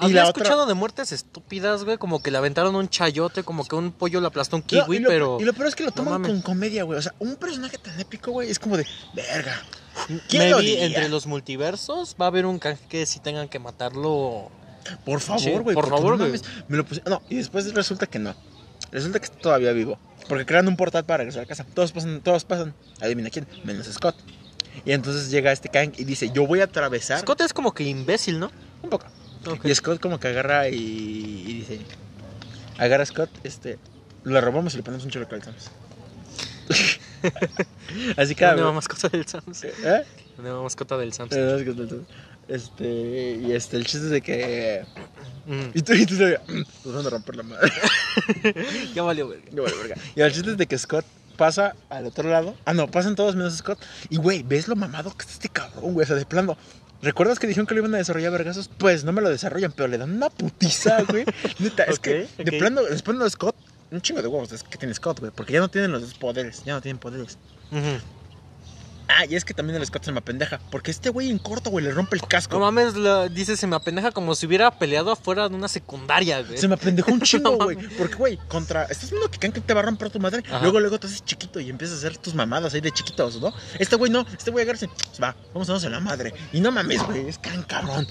[SPEAKER 2] Había
[SPEAKER 1] la otra-
[SPEAKER 2] escuchado de muertes estúpidas, güey. Como que le aventaron un chayote, como que un pollo le aplastó un kiwi,
[SPEAKER 1] No, y lo,
[SPEAKER 2] pero.
[SPEAKER 1] Y lo peor es que lo toman
[SPEAKER 2] mames.
[SPEAKER 1] con comedia, güey. O sea, un personaje tan épico, güey, es como de, verga. ¿Quién
[SPEAKER 2] Maybe
[SPEAKER 1] lo diría?
[SPEAKER 2] entre los multiversos va a haber un canje que si tengan que matarlo.
[SPEAKER 1] Por
[SPEAKER 2] Sí,
[SPEAKER 1] favor, güey.
[SPEAKER 2] por
[SPEAKER 1] porque
[SPEAKER 2] favor,
[SPEAKER 1] no
[SPEAKER 2] güey.
[SPEAKER 1] mames, Me lo puse. No, y después resulta que no. Resulta que está todavía vivo. Porque crean un portal para regresar a casa. Todos pasan, todos pasan. Adivina quién, menos Scott. Y entonces llega este Kang y dice, yo voy a atravesar.
[SPEAKER 2] Scott es como que imbécil, ¿no?
[SPEAKER 1] Un poco.
[SPEAKER 2] Ok.
[SPEAKER 1] Y Scott como que agarra y, y dice, agarra a Scott, este, lo robamos y le ponemos un chorro de calzones. Así que...
[SPEAKER 2] Una mascota del Sam's.
[SPEAKER 1] ¿Eh?
[SPEAKER 2] Una mascota del Sam's.
[SPEAKER 1] Este, y este, el chiste es de que...
[SPEAKER 2] Mm.
[SPEAKER 1] Y tú, y tú sabías, nos van a romper la madre.
[SPEAKER 2] Ya valió, verga.
[SPEAKER 1] No vale verga. Y el chiste es de que Scott pasa al otro lado. Ah, no, pasan todos menos Scott. Y, güey, ¿ves lo mamado que está este cabrón, güey? O sea, de plano. ¿Recuerdas que dijeron que lo iban a desarrollar vergazos? Pues no me lo desarrollan, pero le dan una putiza, güey. Neta, es que
[SPEAKER 2] Ok,
[SPEAKER 1] de
[SPEAKER 2] ok.
[SPEAKER 1] plano, les ponen a Scott un chingo de huevos es que tiene Scott, güey. Porque ya no tienen los dos poderes, ya no tienen poderes.
[SPEAKER 2] Ujú.
[SPEAKER 1] Ah, y es que también el Scott se me pendeja. Porque este güey en corto, güey, le rompe el
[SPEAKER 2] No
[SPEAKER 1] casco.
[SPEAKER 2] mames, la- dice, se me apendeja como si hubiera peleado afuera de una secundaria, güey.
[SPEAKER 1] Se me apendejó un chingo,
[SPEAKER 2] No
[SPEAKER 1] güey. Porque, güey, contra. Estás viendo que Kank te va a romper tu madre.
[SPEAKER 2] Ajá.
[SPEAKER 1] Luego, luego te haces chiquito y empiezas a hacer tus mamadas ahí de chiquitos, ¿no? Este güey no. Este güey agarra y dice, va, vamos a darnos en la madre. Y no mames, güey. Es Kank, cabrón.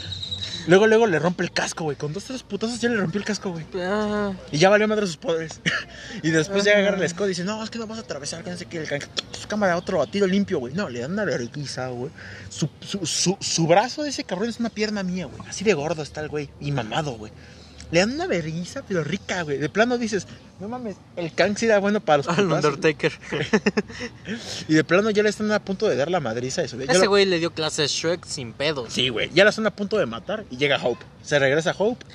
[SPEAKER 1] Luego, luego le rompe el casco, güey. Con dos, tres putazos ya le rompió el casco, güey.
[SPEAKER 2] Ah,
[SPEAKER 1] Y ya valió madre sus poderes. y después ya
[SPEAKER 2] Ajá.
[SPEAKER 1] agarra el Scott y dice, no, es que no vas a atravesar, que no sé qué. El Kank, su cámara, otro a tiro limpio, güey. No, le dan una vergüenza, güey. Su, su, su, su brazo de ese cabrón es una pierna mía, güey. Así de gordo está el güey. Y mamado, güey. Le dan una vergüenza, pero rica, güey. De plano dices, no mames, el Kank sí era bueno para los
[SPEAKER 2] al
[SPEAKER 1] putazos.
[SPEAKER 2] Undertaker.
[SPEAKER 1] Y de plano ya le están a punto de dar la madriza eso. Ya
[SPEAKER 2] Ese
[SPEAKER 1] lo-
[SPEAKER 2] güey le dio clases Shrek sin pedos.
[SPEAKER 1] Sí, güey. Ya la están a punto de matar y llega Hope. Se regresa Hope.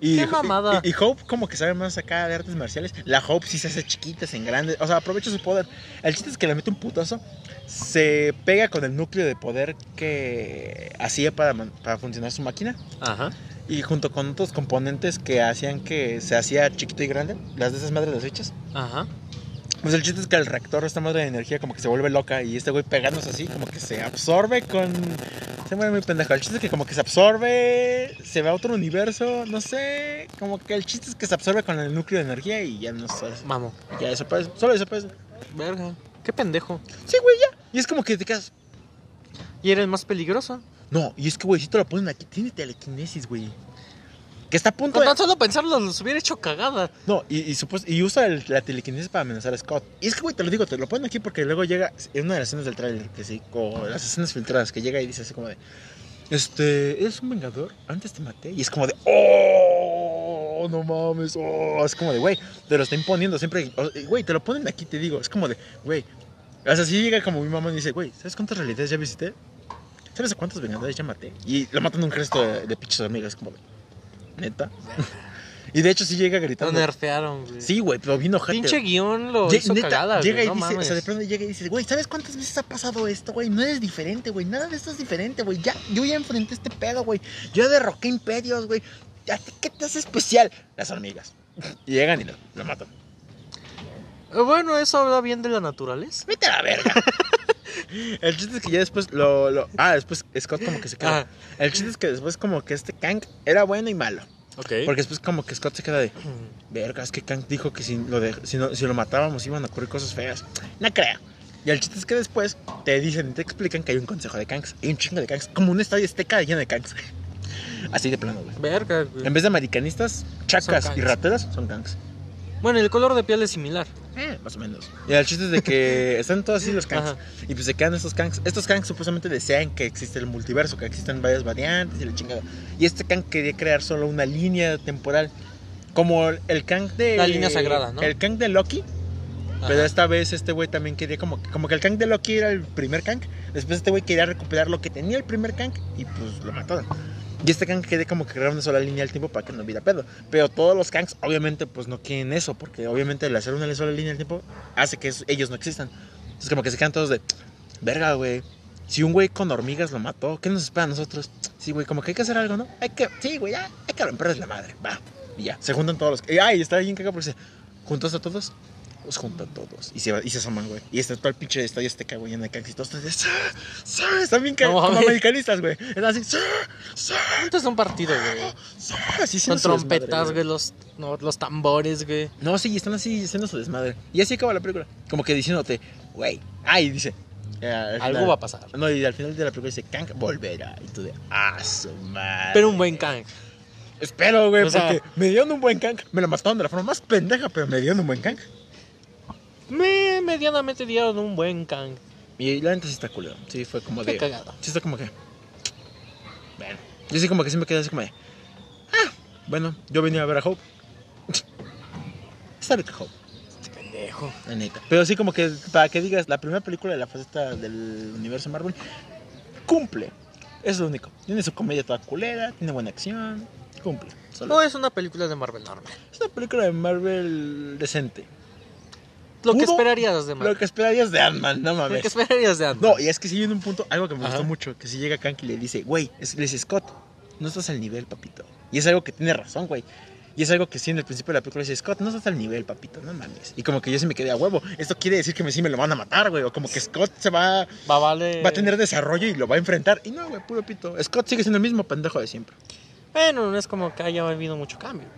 [SPEAKER 1] Y,
[SPEAKER 2] ¡Qué mamada!
[SPEAKER 1] Y, y Hope como que sabe más acá de artes marciales. La Hope sí se hace chiquita, se engrande. O sea, aprovecha su poder. El chiste es que le mete un putazo. Se pega con el núcleo de poder que hacía para, man- para funcionar su máquina.
[SPEAKER 2] Ajá.
[SPEAKER 1] Y junto con otros componentes que hacían que se hacía chiquito y grande. Las de esas madres las hechas.
[SPEAKER 2] Ajá.
[SPEAKER 1] Pues el chiste es que el reactor, esta madre de energía, como que se vuelve loca y este güey pegándose así, como que se absorbe con. Se muere muy pendejo. El chiste es que como que se absorbe, se va a otro universo, no sé. Como que el chiste es que se absorbe con el núcleo de energía y ya no sé.
[SPEAKER 2] Vamos.
[SPEAKER 1] Ya desaparece, solo desaparece.
[SPEAKER 2] Verga. Qué pendejo.
[SPEAKER 1] Sí, güey, ya. Y es como que te quedas.
[SPEAKER 2] Y era el más peligroso.
[SPEAKER 1] No, y es que, güey, si te lo ponen aquí, tiene telequinesis, güey. Que está a punto
[SPEAKER 2] Con
[SPEAKER 1] de.
[SPEAKER 2] tan solo pensarlo, los hubiera hecho cagada.
[SPEAKER 1] No, y, y, supos- y usa el- la telequinesis para amenazar a Scott. Y es que, güey, te lo digo, te lo ponen aquí porque luego llega en una de las escenas del trailer, que sí, o las escenas filtradas, que llega y dice así como de, este, eres un vengador, antes te maté. Y es como de, oh, no no mames. oh, es como de, güey, te lo está imponiendo siempre. o- y, Güey, te lo ponen aquí, te digo. Es como de, güey. O sea, sí llega como mi mamá y dice, güey, ¿sabes cuántas realidades ya visité? ¿Sabes a cuántas vengadores ya maté? Y lo matan un resto de, de pinches amigas, como de, neta. y de hecho sí llega
[SPEAKER 2] Lo
[SPEAKER 1] gritando.
[SPEAKER 2] nerfearon, güey.
[SPEAKER 1] Sí, güey, pero vino ojete.
[SPEAKER 2] Pinche guión lo
[SPEAKER 1] Lle-
[SPEAKER 2] hizo
[SPEAKER 1] neta,
[SPEAKER 2] cagada, güey.
[SPEAKER 1] llega y
[SPEAKER 2] no
[SPEAKER 1] dice, o
[SPEAKER 2] mames.
[SPEAKER 1] sea, de pronto llega y dice, güey, ¿sabes cuántas veces ha pasado esto, güey? No eres diferente, güey, nada de esto es diferente, güey. Ya, yo ya enfrenté este pedo, güey. Yo derroqué imperios, güey. ¿A ti qué te hace especial? Las hormigas. Y llegan y lo, lo matan.
[SPEAKER 2] Eh, Bueno, eso habla bien de la naturaleza.
[SPEAKER 1] Vete a la verga. El chiste es que ya después lo, lo- Ah, después Scott como que se queda.
[SPEAKER 2] Ah,
[SPEAKER 1] El chiste es que después como que este Kang era bueno y malo.
[SPEAKER 2] ok.
[SPEAKER 1] Porque después como que Scott se queda de... Verga, es que Kang dijo que si lo, de- si, no- si lo matábamos iban a ocurrir cosas feas. No creo. Y el chiste es que después te dicen y te explican que hay un consejo de Kangs. Hay un chingo de Kangs. Como un estadio azteca lleno de Kangs. Así de plano, güey.
[SPEAKER 2] Verga, güey.
[SPEAKER 1] En vez de americanistas, chacas
[SPEAKER 2] Son
[SPEAKER 1] y
[SPEAKER 2] Kangs.
[SPEAKER 1] rateras son Kangs.
[SPEAKER 2] Bueno, el color de piel es similar.
[SPEAKER 1] Eh, más o menos. Y el chiste es de que están todos así los Kangs.
[SPEAKER 2] Ajá.
[SPEAKER 1] Y pues se quedan estos Kangs. Estos Kangs supuestamente desean que existe el multiverso, que existen varias variantes y la chingada. Y este Kang quería crear solo una línea temporal. Como el- el Kang de.
[SPEAKER 2] La línea sagrada, ¿no?
[SPEAKER 1] El Kang de Loki.
[SPEAKER 2] Ajá.
[SPEAKER 1] Pero esta vez este güey también quería como, como que el Kang de Loki era el primer Kang. Después este güey quería recuperar lo que tenía el primer Kang y pues lo mataron. Y este Kang quería como que crear una sola línea del tiempo para que no hubiera pedo. Pero todos los Kangs obviamente pues no quieren eso porque obviamente el hacer una sola línea del tiempo hace que es- ellos no existan. Entonces como que se quedan todos de, verga güey, si un güey con hormigas lo mató, ¿qué nos espera a nosotros? Sí güey, como que hay que hacer algo, ¿no? Hay que, sí güey, ya, hay que romperles la madre, va. Y ya, se juntan todos los... y, Ay, está bien cagado porque se juntas a todos los junta a todos. Y se, va- y se asoman, güey. Y está todo el pinche estadio azteca, güey, en el cax. Y todos están de, "Sí, sí", están bien cagados.
[SPEAKER 2] No
[SPEAKER 1] como
[SPEAKER 2] mames.
[SPEAKER 1] americanistas, güey. Están así, "Sí, sí,
[SPEAKER 2] Esto es un partido, güey.
[SPEAKER 1] sí", así
[SPEAKER 2] Son
[SPEAKER 1] haciendo su
[SPEAKER 2] trompetas,
[SPEAKER 1] desmadre,
[SPEAKER 2] güey, los, no, los tambores, güey.
[SPEAKER 1] No, sí, están así haciendo su desmadre. Y así acaba la película. Como que diciéndote, güey. Ay, dice. eh, al
[SPEAKER 2] Algo
[SPEAKER 1] final-
[SPEAKER 2] va a pasar.
[SPEAKER 1] No, y al final de la película dice, Kang volverá. Y tú de, ah, su madre.
[SPEAKER 2] Pero un buen Kang.
[SPEAKER 1] Espero, güey,
[SPEAKER 2] O sea-
[SPEAKER 1] porque me dieron un buen Kang. Me lo mataron de la forma más pendeja, pero me dieron un buen Kang.
[SPEAKER 2] Me medianamente dieron un buen Kang.
[SPEAKER 1] Y la neta sí está culero. Sí, fue como
[SPEAKER 2] Qué
[SPEAKER 1] de.
[SPEAKER 2] cagado.
[SPEAKER 1] Sí, está como que. Bueno. Yo sí, como que sí me quedé así como de. Ah, bueno, yo venía a ver a Hope. Está rica Hope,
[SPEAKER 2] Este Pendejo.
[SPEAKER 1] la neta. Pero sí, como que para que digas, la primera película de la faceta del universo Marvel cumple. Es lo único. Tiene su comedia toda culera, tiene buena acción. Cumple. Solo
[SPEAKER 2] No eh.
[SPEAKER 1] eso.
[SPEAKER 2] es una película de Marvel normal.
[SPEAKER 1] es una película de Marvel decente.
[SPEAKER 2] Lo que
[SPEAKER 1] Pudo-
[SPEAKER 2] esperarías de Marvel.
[SPEAKER 1] Lo que esperarías de Ant-Man, no
[SPEAKER 2] Lo
[SPEAKER 1] mames.
[SPEAKER 2] que esperarías de Ant-Man.
[SPEAKER 1] No, y es que sí en un punto, algo que me
[SPEAKER 2] Ajá.
[SPEAKER 1] gustó mucho, que si llega Kank y le dice, güey, es, le dice Scott, no estás al nivel, papito. Y es algo que tiene razón, güey. Y es algo que sí en el principio de la película dice, Scott, no estás al nivel, papito, no mames. Y como que yo sí me quedé a huevo. Esto quiere decir que me, sí me lo van a matar, güey. O como que Scott se va,
[SPEAKER 2] Va, vale.
[SPEAKER 1] va a tener desarrollo y lo va a enfrentar. Y no, güey, puro pito. Scott sigue siendo el mismo pendejo de siempre.
[SPEAKER 2] Bueno, no es como que haya habido mucho cambio.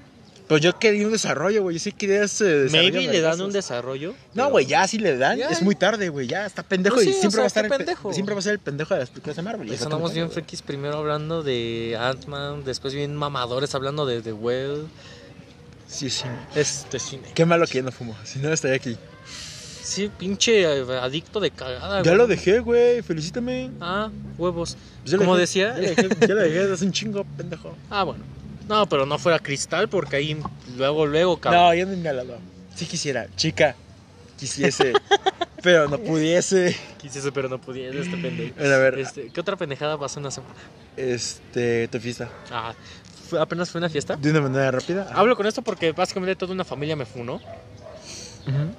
[SPEAKER 1] Pero yo quería un desarrollo, güey. Yo sí quería ese desarrollo.
[SPEAKER 2] Maybe le dan
[SPEAKER 1] vergazos.
[SPEAKER 2] un desarrollo.
[SPEAKER 1] No,
[SPEAKER 2] pero-
[SPEAKER 1] güey, ya si le dan,
[SPEAKER 2] Ya,
[SPEAKER 1] es
[SPEAKER 2] ya.
[SPEAKER 1] muy tarde, güey. Ya está pendejo
[SPEAKER 2] Pues
[SPEAKER 1] y
[SPEAKER 2] sí, o
[SPEAKER 1] siempre
[SPEAKER 2] sea,
[SPEAKER 1] va a estar
[SPEAKER 2] qué
[SPEAKER 1] el pe-
[SPEAKER 2] pendejo.
[SPEAKER 1] Siempre va a ser el pendejo de las películas de Marvel. y
[SPEAKER 2] Pues
[SPEAKER 1] está
[SPEAKER 2] Sonamos
[SPEAKER 1] pendejo,
[SPEAKER 2] bien
[SPEAKER 1] güey.
[SPEAKER 2] frikis primero hablando de Ant-Man, después bien mamadores hablando de The Well.
[SPEAKER 1] Sí, sí.
[SPEAKER 2] Este cine.
[SPEAKER 1] Qué malo que ya no fumo, si no estaría aquí.
[SPEAKER 2] Sí, pinche eh, adicto de
[SPEAKER 1] Ya
[SPEAKER 2] cagada. güey.
[SPEAKER 1] lo dejé, güey, felicítame.
[SPEAKER 2] Ah, huevos.
[SPEAKER 1] Pues ya lo
[SPEAKER 2] Como
[SPEAKER 1] dejé-
[SPEAKER 2] decía,
[SPEAKER 1] ya lo dejé, ya lo dejé, es un chingo, pendejo.
[SPEAKER 2] Ah, bueno. No, pero no fuera cristal porque ahí luego, luego, cabrón.
[SPEAKER 1] No, yo no me alabo. Si quisiera, chica, quisiese, pero no pudiese.
[SPEAKER 2] Quisiese, pero no pudiera este pendejo.
[SPEAKER 1] Bueno, a ver,
[SPEAKER 2] Este, ¿Qué otra pendejada pasó en la semana?
[SPEAKER 1] este, tu fiesta.
[SPEAKER 2] Ah, fue- apenas fue una fiesta.
[SPEAKER 1] De una manera rápida.
[SPEAKER 2] Hablo con esto porque básicamente toda una familia me funó.
[SPEAKER 1] Ujú.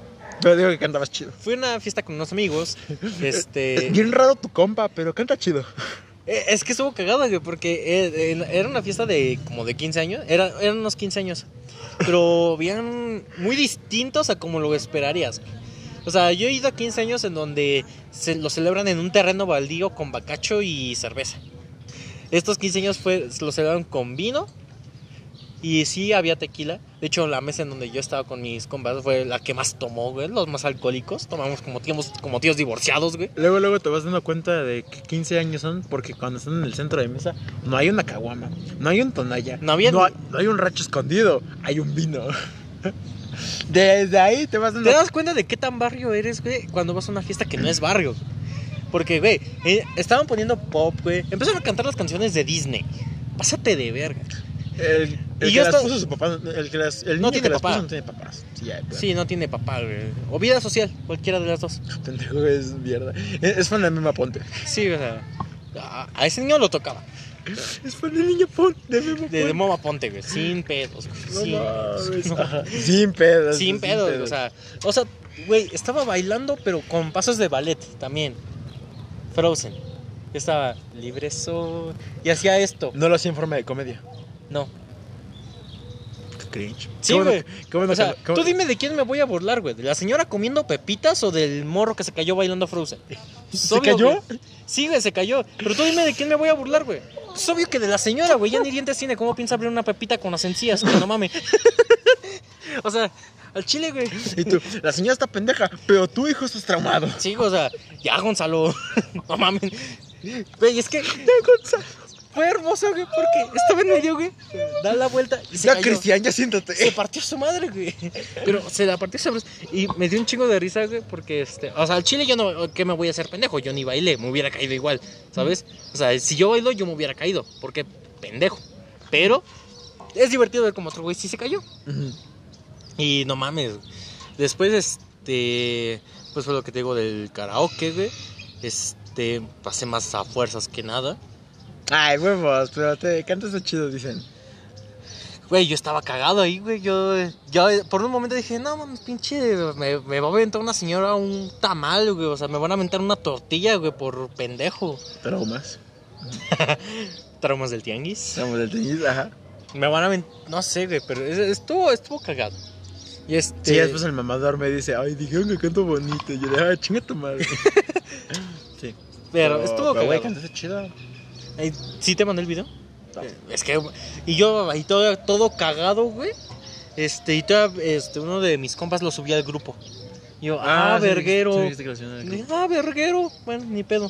[SPEAKER 1] Pero digo que cantabas chido.
[SPEAKER 2] Fui a una fiesta con unos amigos.
[SPEAKER 1] Es
[SPEAKER 2] Este.
[SPEAKER 1] Bien raro tu compa, pero canta chido.
[SPEAKER 2] Eh, Es que estuvo cagada, güey, porque eh, en- era una fiesta de como de 15 años, era, eran unos 15 años, pero bien muy distintos a como lo esperarías. güey. O sea, yo he ido a 15 años en donde se lo celebran en un terreno baldío con bacacho y cerveza. Estos 15 años fue, lo celebraron con vino y sí había tequila. De hecho, la mesa en donde yo estaba con mis compas fue la que más tomó, güey, los más alcohólicos. Tomamos como tíos, como tíos divorciados, güey.
[SPEAKER 1] Luego, luego te vas dando cuenta de que 15 años son porque cuando están en el centro de mesa no hay una caguama, no hay un tonalla,
[SPEAKER 2] No había-
[SPEAKER 1] hay, no hay un racho escondido, hay un vino. Desde ahí te vas dando
[SPEAKER 2] ¿Te das cuenta de qué tan barrio eres, güey? Cuando vas a una fiesta que no es barrio. Porque, güey, eh, estaban poniendo pop, güey. Empezaron a cantar las canciones de Disney. Pásate de verga.
[SPEAKER 1] El- El que
[SPEAKER 2] Y yo
[SPEAKER 1] las
[SPEAKER 2] esto-
[SPEAKER 1] puso su papá, el, que las, el
[SPEAKER 2] No
[SPEAKER 1] niño
[SPEAKER 2] tiene
[SPEAKER 1] que las
[SPEAKER 2] papá.
[SPEAKER 1] puso no tiene papás. Sí, ya, pues,
[SPEAKER 2] Sí, no tiene papá, güey. O vida social, cualquiera de las dos.
[SPEAKER 1] pendejo es mierda. Es, es fan de Mema Ponte.
[SPEAKER 2] Sí, o sea. A, a ese niño lo tocaba.
[SPEAKER 1] Es fan del niño Ponte, de Mema Ponte.
[SPEAKER 2] De, de Moma Ponte, güey. Sin pedos, güey.
[SPEAKER 1] No
[SPEAKER 2] sin pedos.
[SPEAKER 1] mames.
[SPEAKER 2] No.
[SPEAKER 1] Ajá. Sin pedos.
[SPEAKER 2] Sin pedos, o sea. O sea, güey, estaba bailando, pero con pasos de ballet también. Frozen. Estaba libre soy. Y hacía esto.
[SPEAKER 1] No lo hacía en forma de comedia.
[SPEAKER 2] No.
[SPEAKER 1] Qué cringe. Qué
[SPEAKER 2] Sí,
[SPEAKER 1] bueno
[SPEAKER 2] güey.
[SPEAKER 1] que- qué bueno
[SPEAKER 2] O sea,
[SPEAKER 1] que- qué bueno-
[SPEAKER 2] tú dime de quién me voy a burlar, güey. ¿De la señora comiendo pepitas o del morro que se cayó bailando Frozen? Es
[SPEAKER 1] ¿Se
[SPEAKER 2] obvio,
[SPEAKER 1] cayó?
[SPEAKER 2] güey. Sí, güey, se cayó. Pero tú dime de quién me voy a burlar, güey. Es obvio que de la señora, güey. Ya ni dientes tiene. ¿Cómo piensa abrir una pepita con las encías? Que no mames. o sea, al chile, güey.
[SPEAKER 1] Y tú, la señora está pendeja, pero tu hijo estás traumado.
[SPEAKER 2] Sí, güey, o sea, ya, Gonzalo. no mames. Güey, es que. Fue hermoso, güey, porque estaba en medio, güey. Da la vuelta y se
[SPEAKER 1] ya,
[SPEAKER 2] cayó.
[SPEAKER 1] Cristian, ya siéntate.
[SPEAKER 2] Se partió su madre, güey. Pero se la partió sabroso. Y me dio un chingo de risa, güey, porque este. O sea, al chile yo no. ¿Qué me voy a hacer pendejo? Yo ni bailé, me hubiera caído igual, ¿sabes? O sea, si yo bailo, yo me hubiera caído, porque pendejo. Pero es divertido ver como otro güey sí se cayó.
[SPEAKER 1] Ujú.
[SPEAKER 2] Y no mames. Después, este. Pues fue lo que te digo del karaoke, güey. Este. Pasé más a fuerzas que nada.
[SPEAKER 1] Ay, huevos, pero te cantas de chido, dicen.
[SPEAKER 2] Güey, yo estaba cagado ahí, güey. Yo, yo por un momento dije, no mames, pinche, me, me va a aventar una señora un tamal, güey. O sea, me van a aventar una tortilla, güey, por pendejo.
[SPEAKER 1] Traumas.
[SPEAKER 2] Traumas del tianguis.
[SPEAKER 1] Traumas del tenis, ajá.
[SPEAKER 2] Me van a aventar, no sé, güey, pero es- estuvo, estuvo cagado. Y este,
[SPEAKER 1] Sí, después el mamador me dice, ay, dijeron que canto bonito. Y yo le digo, ay, chinga tu madre. sí.
[SPEAKER 2] pero estuvo
[SPEAKER 1] pero, güey,
[SPEAKER 2] cagado.
[SPEAKER 1] cantaste chido.
[SPEAKER 2] Eh, ¿Sí te mandé el video?
[SPEAKER 1] No.
[SPEAKER 2] Eh, Es que, y yo ahí todo, todo cagado, güey. Este, y todavía, este, uno de mis compas lo subí al grupo. Y yo, ah,
[SPEAKER 1] sí,
[SPEAKER 2] verguero.
[SPEAKER 1] sí, viste que lo subieron en el
[SPEAKER 2] Dije,
[SPEAKER 1] grupo.
[SPEAKER 2] Ah, verguero. Bueno, ni pedo.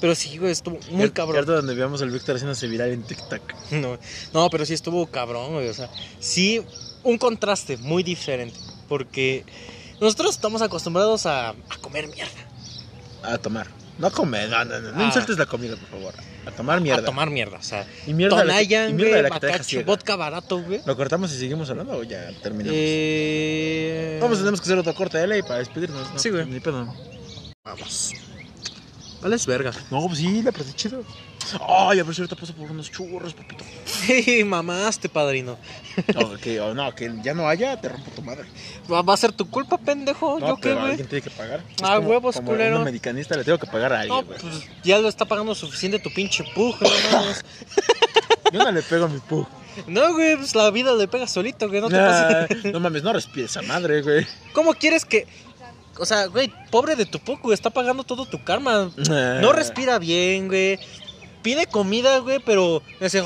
[SPEAKER 2] Pero sí, güey, estuvo muy
[SPEAKER 1] El-
[SPEAKER 2] cabrón.
[SPEAKER 1] Cierto donde veamos al Víctor haciéndose viral en TikTok.
[SPEAKER 2] No, no, pero sí estuvo cabrón, güey. O sea, sí, un contraste muy diferente. Porque nosotros estamos acostumbrados a, a comer mierda.
[SPEAKER 1] A tomar. No comer, no, no, no. No
[SPEAKER 2] Ah.
[SPEAKER 1] insultes la comida, por favor. A tomar mierda.
[SPEAKER 2] A tomar mierda. O sea,
[SPEAKER 1] Y mierda, de la que-
[SPEAKER 2] Tonayan,
[SPEAKER 1] y mierda de la
[SPEAKER 2] güey,
[SPEAKER 1] que te deja
[SPEAKER 2] bacacho,
[SPEAKER 1] ciega.
[SPEAKER 2] vodka barato, güey.
[SPEAKER 1] ¿Lo cortamos y seguimos hablando o ya terminamos?
[SPEAKER 2] Eh...
[SPEAKER 1] Vamos, tenemos que hacer otro corte de ley para despedirnos. ¿no?
[SPEAKER 2] Sí, güey.
[SPEAKER 1] Ni pedo.
[SPEAKER 2] Vamos. Vale, es verga.
[SPEAKER 1] No, pues sí, la pasé chido. Ay, a ver si ahorita paso por unos churros, papito.
[SPEAKER 2] mamaste, padrino.
[SPEAKER 1] No, que, o no, que ya no haya, te rompo tu madre.
[SPEAKER 2] Va va a ser tu culpa, pendejo.
[SPEAKER 1] No,
[SPEAKER 2] Yo qué,
[SPEAKER 1] pero
[SPEAKER 2] güey.
[SPEAKER 1] alguien tiene que pagar. Es
[SPEAKER 2] Ah, huevos,
[SPEAKER 1] como
[SPEAKER 2] culero.
[SPEAKER 1] Un americanista le tengo que pagar a
[SPEAKER 2] No,
[SPEAKER 1] alguien, güey.
[SPEAKER 2] pues ya lo está pagando suficiente tu pinche puja, no mames.
[SPEAKER 1] Yo no le pego a mi pu.
[SPEAKER 2] No, güey, pues la vida le pega solito, güey, no te
[SPEAKER 1] Nah,
[SPEAKER 2] pases.
[SPEAKER 1] no mames, no respires esa madre, güey.
[SPEAKER 2] ¿Cómo quieres que.? O sea, güey, pobre de tu puja, güey, está pagando todo tu karma.
[SPEAKER 1] Nah.
[SPEAKER 2] No respira bien, güey. Pide comida, güey, pero. ese,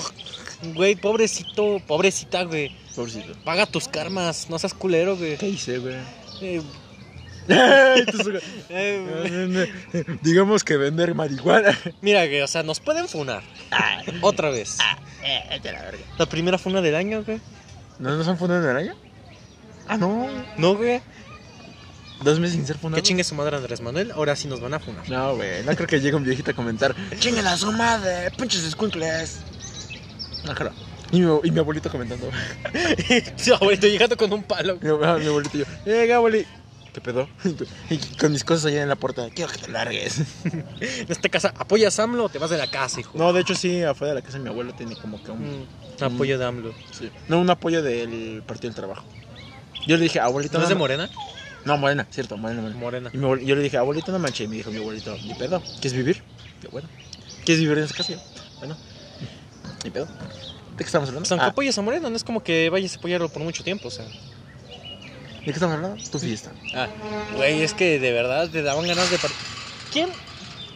[SPEAKER 2] Güey, pobrecito, pobrecita, güey.
[SPEAKER 1] Pobrecito.
[SPEAKER 2] Paga tus karmas, no seas culero, güey.
[SPEAKER 1] ¿Qué hice, güey?
[SPEAKER 2] Eh,
[SPEAKER 1] Ay, tú su-
[SPEAKER 2] eh,
[SPEAKER 1] Digamos que vender marihuana.
[SPEAKER 2] mira, güey, o sea, nos pueden funar. Otra vez. La primera funa del año, güey.
[SPEAKER 1] ¿No nos han fundado en araña? Ah, no.
[SPEAKER 2] No, güey.
[SPEAKER 1] Dos meses sin ser fundado.
[SPEAKER 2] Que chingue su madre Andrés Manuel, ahora sí nos van a funar.
[SPEAKER 1] No, güey, no creo que llegue un viejito a comentar. ¡Chingan a su madre! ¡Pinches escuincles! No creo. Y mi, y mi abuelito comentando.
[SPEAKER 2] Sí, abuelito llegando con un palo.
[SPEAKER 1] Mi, ab- mi abuelito y yo, ¡eh, abueli! ¿Qué pedo? Y con mis cosas allá en la puerta, quiero que te largues.
[SPEAKER 2] En esta casa, ¿apoyas a AMLO o te vas de la casa, hijo?
[SPEAKER 1] No, de hecho, sí, afuera de la casa de mi abuelo tiene como que un.
[SPEAKER 2] Mm, apoyo de AMLO.
[SPEAKER 1] sí, no, un apoyo del Partido del Trabajo. Yo le dije, abuelito.
[SPEAKER 2] ¿No es de
[SPEAKER 1] ma-
[SPEAKER 2] Morena?
[SPEAKER 1] No, morena, cierto, morena, morena.
[SPEAKER 2] Morena.
[SPEAKER 1] Y mi abuel- yo le dije, abuelito, no manches. Y me dijo mi abuelito, ni pedo, ¿quieres vivir? Yo, bueno, ¿quieres vivir en esa casa? Yo, bueno, ni pedo. ¿De qué estamos
[SPEAKER 2] O
[SPEAKER 1] hablando?
[SPEAKER 2] sea, aunque
[SPEAKER 1] Ah,
[SPEAKER 2] apoyes a Morena, no es como que vayas a apoyarlo por mucho tiempo, o sea.
[SPEAKER 1] ¿De qué estamos hablando? Tu fiesta.
[SPEAKER 2] Ah, güey, es que de verdad te daban ganas de... par- ¿Quién?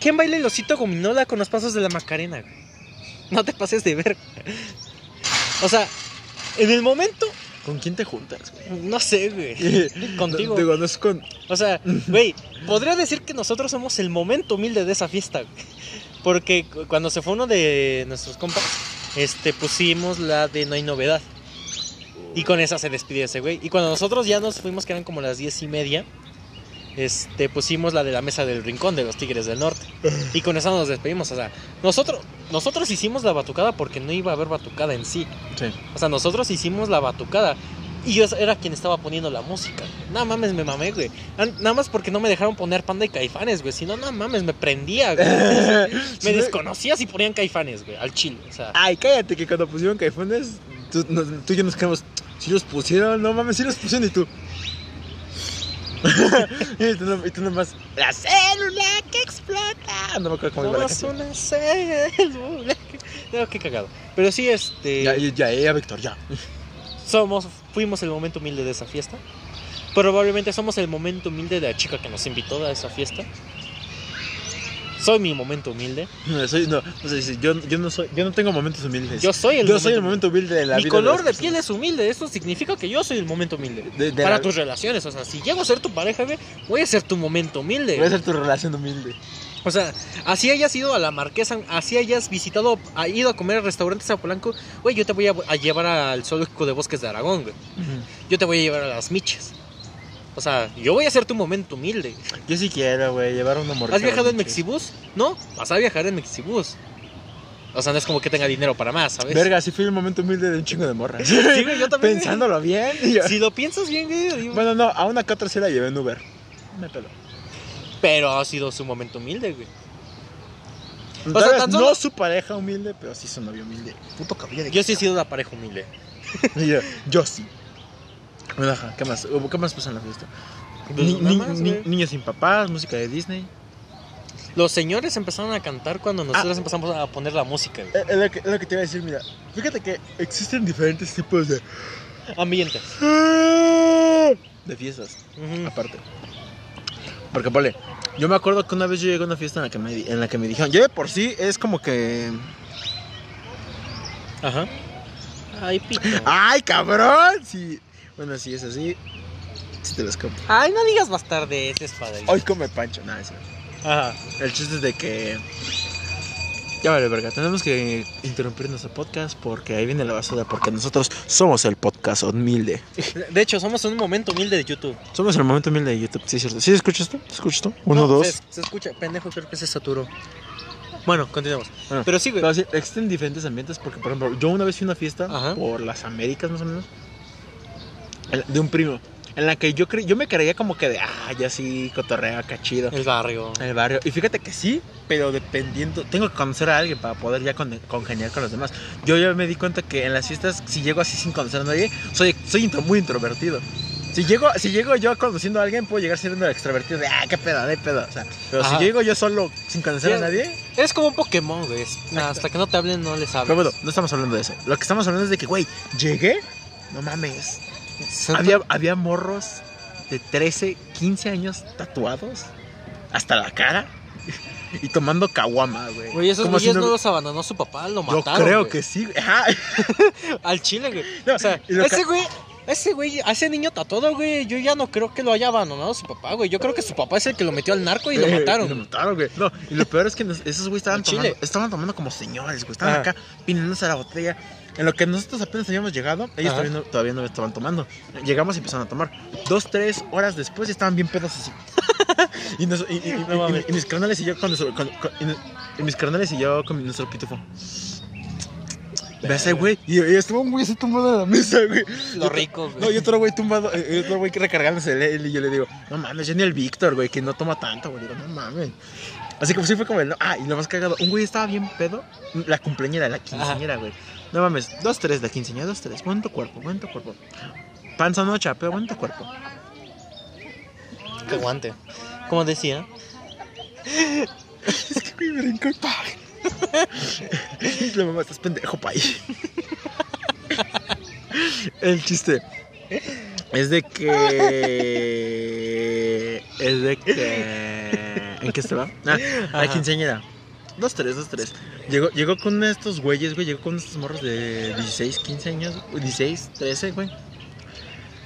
[SPEAKER 2] ¿Quién baila el osito gominola con los pasos de la Macarena, güey? No te pases de ver. O sea, en el momento,
[SPEAKER 1] ¿Con quién te juntas, güey?
[SPEAKER 2] no sé, güey. Contigo.
[SPEAKER 1] Digo, no es con.
[SPEAKER 2] O sea, güey, podría decir que nosotros somos el momento humilde de esa fiesta, güey. Porque cu- cuando se fue uno de nuestros compas, este, pusimos la de No hay novedad. Y con esa se despidió ese güey. Y cuando nosotros ya nos fuimos, que eran como las diez y media, este, pusimos la de la mesa del rincón de los Tigres del Norte. Y con esa nos despedimos. O sea, nosotros, nosotros hicimos la batucada porque no iba a haber batucada en sí.
[SPEAKER 1] Sí.
[SPEAKER 2] O sea, nosotros hicimos la batucada. Y yo era quien estaba poniendo la música. No mames, me mamé, güey. An- Nada más porque no me dejaron poner panda y caifanes, güey. Si no, no mames, me prendía, güey. Me desconocía si ponían caifanes, güey, al chile. O sea,
[SPEAKER 1] Ay, cállate, que cuando pusieron caifones, tú, no- tú y yo nos quedamos. Si los pusieron, no mames, si los pusieron y tú. y, tú no- y tú nomás. ¡La célula que explota! No me acuerdo cómo iba la canción.
[SPEAKER 2] somos una célula. No, qué cagado. Pero sí, este.
[SPEAKER 1] Ya, ya, ya, ya, Víctor, ya.
[SPEAKER 2] Somos, fuimos el momento humilde de esa fiesta. Probablemente somos el momento humilde de la chica que nos invitó a esa fiesta. Soy mi momento humilde.
[SPEAKER 1] No, soy, no, no sé, sí, yo, yo no soy, yo no tengo momentos humildes.
[SPEAKER 2] Yo soy el
[SPEAKER 1] Yo soy el momento humilde de la
[SPEAKER 2] Mi
[SPEAKER 1] vida.
[SPEAKER 2] color de,
[SPEAKER 1] las
[SPEAKER 2] piel es humilde. Eso significa que yo soy el momento humilde.
[SPEAKER 1] personas. De- de
[SPEAKER 2] Para
[SPEAKER 1] la-
[SPEAKER 2] tus relaciones. O sea, si llego a ser tu pareja, güey, voy a ser tu momento humilde.
[SPEAKER 1] Voy a ser tu relación humilde.
[SPEAKER 2] O sea, así hayas ido a la Marquesa, así hayas visitado, ha ido a comer a restaurantes a Polanco, güey, yo te voy a, a llevar al zoológico de Bosques de Aragón, güey. Yo te voy a llevar a las michas. O sea, yo voy a ser tu momento humilde.
[SPEAKER 1] Yo sí quiero, güey, llevar una morrita.
[SPEAKER 2] ¿Has viajado en
[SPEAKER 1] bonita.
[SPEAKER 2] Mexibus? No, vas a viajar en Mexibus. O sea, no es como que tenga dinero para más, ¿sabes?
[SPEAKER 1] Verga, sí fui el momento humilde de un chingo de morras.
[SPEAKER 2] Sí, güey, yo también.
[SPEAKER 1] Pensándolo bien. y yo-
[SPEAKER 2] Si lo piensas bien, güey, digo,
[SPEAKER 1] Bueno, no, a una que otra sí la llevé en Uber. Me peló.
[SPEAKER 2] pero ha sido su momento humilde, güey.
[SPEAKER 1] Tal
[SPEAKER 2] sea,
[SPEAKER 1] vez
[SPEAKER 2] tan
[SPEAKER 1] No
[SPEAKER 2] solo-
[SPEAKER 1] su pareja humilde, pero sí su novio humilde. Puto cabello de
[SPEAKER 2] Yo sí he sido la pareja humilde.
[SPEAKER 1] Y yo, yo sí. Bueno, ajá, ¿qué más? ¿Qué más pasa en la fiesta?
[SPEAKER 2] Pues
[SPEAKER 1] Ni-
[SPEAKER 2] nada
[SPEAKER 1] ni-
[SPEAKER 2] más,
[SPEAKER 1] ni-
[SPEAKER 2] güey.
[SPEAKER 1] niños sin papás, música de Disney.
[SPEAKER 2] Los señores empezaron a cantar cuando
[SPEAKER 1] Ah.
[SPEAKER 2] nosotros empezamos a poner la música, güey.
[SPEAKER 1] Eh, Es lo, que, es lo que te iba a decir, mira. Fíjate que existen diferentes tipos de.
[SPEAKER 2] Ambiente.
[SPEAKER 1] de fiestas,
[SPEAKER 2] Ujú.
[SPEAKER 1] aparte. Porque, ponle, yo me acuerdo que una vez yo llegué a una fiesta en la que me, di- en la que me dijeron. Yo de por sí es como que.
[SPEAKER 2] Ajá. Ay, pito.
[SPEAKER 1] ¡Ay, cabrón! Sí. Bueno, si es así, si te las compro.
[SPEAKER 2] Ay, no digas bastardeces, padre.
[SPEAKER 1] Hoy come pancho. Nada, eso.
[SPEAKER 2] Ajá.
[SPEAKER 1] El chiste es de que. Ya vale, verga. Tenemos que interrumpir nuestro podcast porque ahí viene la basura. Porque nosotros somos el podcast humilde.
[SPEAKER 2] De hecho, somos un momento humilde de YouTube.
[SPEAKER 1] Somos el momento humilde de YouTube. Sí, es cierto. ¿Sí escuchas tú? ¿Escuchas tú? Uno,
[SPEAKER 2] No,
[SPEAKER 1] dos.
[SPEAKER 2] Se, se escucha, pendejo, creo que se saturó. Bueno, continuamos.
[SPEAKER 1] Bueno,
[SPEAKER 2] Pero sí, güey.
[SPEAKER 1] Pero sí, existen diferentes ambientes porque, por ejemplo, yo una vez fui a una fiesta
[SPEAKER 2] Ajá.
[SPEAKER 1] por las Américas más o menos en- de un primo en la que yo cre- yo me creía como que de ah ya sí cotorrea acá chido
[SPEAKER 2] El barrio.
[SPEAKER 1] en el barrio y fíjate que sí, pero dependiendo tengo que conocer a alguien para poder ya con- congeniar con los demás. Yo ya me di cuenta que en las fiestas si llego así sin conocer a nadie soy soy intro- muy introvertido. Si llego, si llego yo conociendo a alguien, puedo llegar siendo extrovertido de, ah, qué pedo, de pedo. O sea, pero
[SPEAKER 2] Ajá.
[SPEAKER 1] si llego yo solo, sin conocer a
[SPEAKER 2] Sí.
[SPEAKER 1] nadie,
[SPEAKER 2] Es como un Pokémon, güey. es- Hasta que no te hablen, no les
[SPEAKER 1] Ah. Pero
[SPEAKER 2] hablas.
[SPEAKER 1] bueno, no estamos hablando de eso. Lo que estamos hablando es de que, güey, llegué. No mames.
[SPEAKER 2] Son-
[SPEAKER 1] Había, había morros de 13, 15 años tatuados. Hasta la cara. Y tomando caguama, güey.
[SPEAKER 2] Güey, esos
[SPEAKER 1] Como si
[SPEAKER 2] güeyes no...
[SPEAKER 1] no-
[SPEAKER 2] los abandonó su papá, lo
[SPEAKER 1] Yo
[SPEAKER 2] mataron.
[SPEAKER 1] creo
[SPEAKER 2] güey.
[SPEAKER 1] que sí. güey. Ajá.
[SPEAKER 2] Al chile, güey.
[SPEAKER 1] No,
[SPEAKER 2] O sea,
[SPEAKER 1] y lo
[SPEAKER 2] ese
[SPEAKER 1] ca-
[SPEAKER 2] güey. Ese güey, a ese niño tatuado, güey, yo ya no creo que lo haya abandonado su papá, güey. Yo creo que su papá es el que lo metió al narco y lo
[SPEAKER 1] Eh,
[SPEAKER 2] mataron.
[SPEAKER 1] y lo mataron, güey. No, y lo peor es que nos- esos güeyes estaban
[SPEAKER 2] En Chile. Ah.
[SPEAKER 1] tomando, estaban tomando como señores, güey. Estaban
[SPEAKER 2] Ajá.
[SPEAKER 1] acá pinándose a la botella. En lo que nosotros apenas habíamos llegado, ellos
[SPEAKER 2] Ajá.
[SPEAKER 1] todavía no, todavía no estaban tomando. Llegamos y empezaron a tomar. Dos, tres horas después ya estaban bien pedos así. y, nos- y- y- y-
[SPEAKER 2] No mames.
[SPEAKER 1] y- y mis carnales y yo con, nuestro- con- con- y, y mis carnales y yo con nuestro pitufo. Ve a ese güey. Y, y estuvo un güey así tumbado en la mesa, güey.
[SPEAKER 2] Lo rico, güey.
[SPEAKER 1] No, y otro güey tumbado, eh, y otro güey que recargándose el él, y yo le digo, no mames, yo ni el Víctor, güey, que no toma tanto, güey, digo, no mames. Así que pues, sí fue como el, no- ah, y lo más cagado, un güey estaba bien pedo, la cumpleañera, la quinceañera, güey. No mames, dos, tres, la quinceañera, dos, tres, buen tu cuerpo, buen tu cuerpo. Panza no chapeo, buen tu cuerpo.
[SPEAKER 2] Que aguante. Como decía.
[SPEAKER 1] Es que me brincó el pa. La mamá, estás pendejo, pa. El chiste es de que. Es de que. ¿En qué se va? Ah, la
[SPEAKER 2] Ajá.
[SPEAKER 1] quinceañera. Dos, tres, dos, tres. Llegó, llegó con estos güeyes, güey. Llegó con estos morros de 16, 15 años. 16, 13, güey.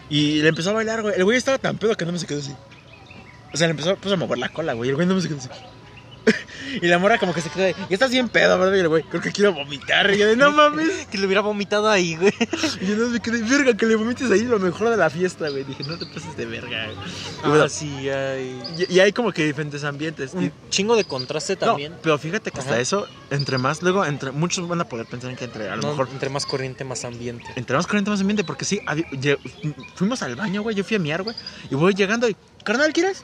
[SPEAKER 1] Y le empezó a bailar, pues, güey. El güey estaba tan pedo que no me se quedó así. O sea, le empezó puso a mover la cola, güey. El güey no me se quedó así. Y la morra como que se queda de, ya estás bien pedo, ¿verdad? Y el güey, creo que quiero vomitar. Y yo de, no mames.
[SPEAKER 2] Que le hubiera vomitado ahí, güey.
[SPEAKER 1] Y yo no me quedé, verga, que le vomites ahí lo mejor de la fiesta, güey. Dije, no te pases de verga. güey". Y bueno,
[SPEAKER 2] Ah, sí, ay.
[SPEAKER 1] y, y hay como que diferentes ambientes. Y-
[SPEAKER 2] Un chingo de contraste
[SPEAKER 1] no,
[SPEAKER 2] también.
[SPEAKER 1] pero fíjate que hasta
[SPEAKER 2] Ajá.
[SPEAKER 1] eso, entre más, luego, entre muchos van a poder pensar en que entre, a lo
[SPEAKER 2] No,
[SPEAKER 1] mejor,
[SPEAKER 2] Entre más corriente, más ambiente.
[SPEAKER 1] entre más corriente, más ambiente, porque sí, habi- lle- fuimos al baño, güey, yo fui a miar, güey, y voy llegando y, carnal, ¿quieres?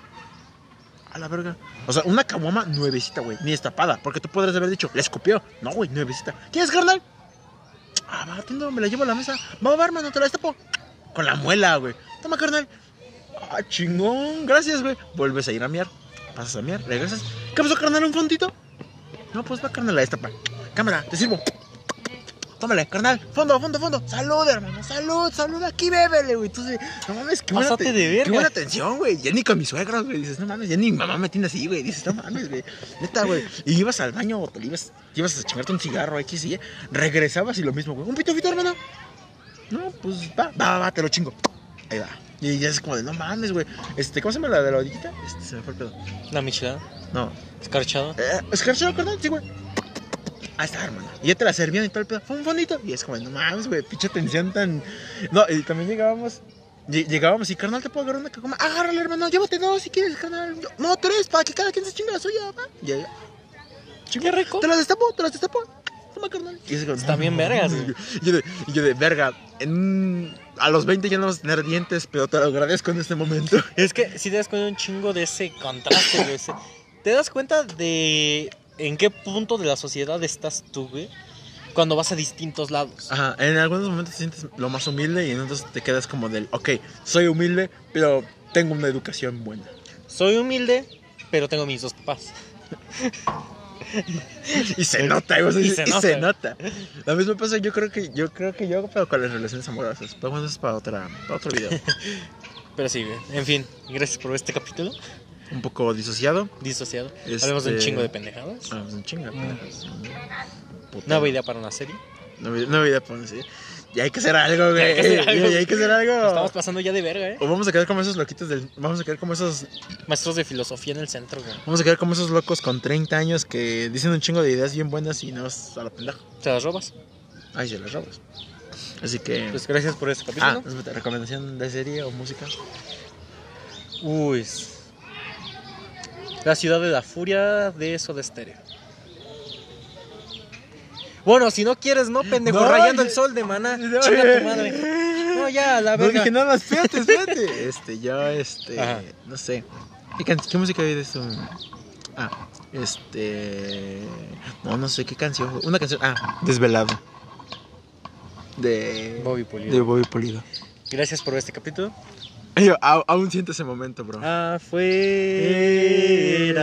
[SPEAKER 1] A la verga. O sea, una caguama nuevecita, güey, ni destapada, porque tú podrías haber dicho, le escupió. No, güey, nuevecita. ¿Quieres, carnal? Ah, va, atiendo, me la llevo a la mesa. Va, va, hermano, te la destapo. Con la muela, güey. Toma, carnal. Ah, chingón, gracias, güey. Vuelves a ir a miar, pasas a miar, regresas. ¿Qué pasó, carnal, un fondito? No, pues va, carnal, la destapa. Cámara, te sirvo. Tómale, carnal, fondo, fondo, fondo. Salud, hermano, salud, salud, aquí bébele, güey. Entonces, no mames, qué buena,
[SPEAKER 2] Pásate
[SPEAKER 1] te-
[SPEAKER 2] de verga.
[SPEAKER 1] qué buena atención, güey. Ya ni con mis suegros, güey. Dices, no mames, ya ni mi mamá me tiene así, güey. Dices, no mames, güey. Neta, güey. Y ibas al baño o te ibas, te ibas a chingarte un cigarro, X y Y. Regresabas y lo mismo, güey. Un pito, pito, hermano. No, pues va, va, va, va, te lo chingo. Ahí va. Y ya es como de, no mames, güey. Este, ¿cómo se llama la de la orillita? Este, se me fue el pedo.
[SPEAKER 2] La michelada,
[SPEAKER 1] No.
[SPEAKER 2] escarchada.
[SPEAKER 1] Eh, es que se sí, güey. Ahí está, hermano. Y ya te la servían y todo el pedo. Fue un fondito. Y es como, no mames, güey, pinche tensión tan. No, y también llegábamos. lle- Llegábamos y, carnal, te puedo agarrar una cacoma. Agárrala, hermano. Llévate dos si quieres, carnal. Yo- No, tres, para que cada quien se chinga la suya, va. Ya, ya.
[SPEAKER 2] Qué rico.
[SPEAKER 1] Te las destapo, te las destapo. Toma, carnal. Y es como,
[SPEAKER 2] Está bien vergas, güey.
[SPEAKER 1] Y yo de, y yo de verga. En... A los 20 ya no vas a tener dientes, pero te lo agradezco en este momento.
[SPEAKER 2] Es que si te das cuenta un chingo de ese contraste, güey. ese- Te das cuenta de en qué punto de la sociedad estás tú, güey, cuando vas a distintos lados.
[SPEAKER 1] Ajá, en algunos momentos te sientes lo más humilde y en otros te quedas como del, ok, soy humilde, pero tengo una educación buena.
[SPEAKER 2] Soy humilde, pero tengo mis dos papás.
[SPEAKER 1] Y se nota, güey,
[SPEAKER 2] Y
[SPEAKER 1] y,
[SPEAKER 2] se
[SPEAKER 1] se, nota. Lo mismo pasa, yo creo que yo creo que yo, pero con las relaciones amorosas. Pero bueno, eso es para, otra, para otro video.
[SPEAKER 2] Pero sí, güey. En fin, gracias por este capítulo
[SPEAKER 1] Un poco disociado.
[SPEAKER 2] disociado.
[SPEAKER 1] Este-
[SPEAKER 2] Hablamos de un chingo de pendejadas.
[SPEAKER 1] Ah, pues un chinga,
[SPEAKER 2] Mm.
[SPEAKER 1] pendejas. Puta.
[SPEAKER 2] Nueva idea para una serie.
[SPEAKER 1] Nueva idea- nueva idea, pues, sí. Y hay que hacer algo, güey.
[SPEAKER 2] hay que hacer algo.
[SPEAKER 1] Y hay que hacer
[SPEAKER 2] Nos estamos
[SPEAKER 1] algo.
[SPEAKER 2] pasando ya de verga, ¿eh?
[SPEAKER 1] O vamos a quedar como esos loquitos del. Vamos a quedar como esos
[SPEAKER 2] Maestros de filosofía en el centro, güey.
[SPEAKER 1] Vamos a quedar como esos locos con 30 años que dicen un chingo de ideas bien buenas y nada más a la pendejo.
[SPEAKER 2] Te las robas.
[SPEAKER 1] Ay, se las robas. Así que.
[SPEAKER 2] Pues gracias por este
[SPEAKER 1] ah,
[SPEAKER 2] capítulo.
[SPEAKER 1] espérate, recomendación de serie o música.
[SPEAKER 2] Uy. s- La ciudad de la furia de eso de estéreo. Bueno, si no quieres, no, pendejo.
[SPEAKER 1] No,
[SPEAKER 2] rayando
[SPEAKER 1] yo-
[SPEAKER 2] el sol de maná.
[SPEAKER 1] No,
[SPEAKER 2] Chinga
[SPEAKER 1] eh.
[SPEAKER 2] tu madre. No, ya, la
[SPEAKER 1] no
[SPEAKER 2] verga.
[SPEAKER 1] dije nada, espérate, espérate. este, yo, este.
[SPEAKER 2] Ajá.
[SPEAKER 1] No sé. ¿Qué, can- qué música hay de esto? Ah, este. No, no sé qué canción. fue? Una canción. Ah, Desvelado. De.
[SPEAKER 2] Bobby
[SPEAKER 1] De
[SPEAKER 2] Pulido.
[SPEAKER 1] Bobby Pulido.
[SPEAKER 2] Gracias por este capítulo.
[SPEAKER 1] Yo, au- aún siento ese momento, bro.
[SPEAKER 2] Afuera.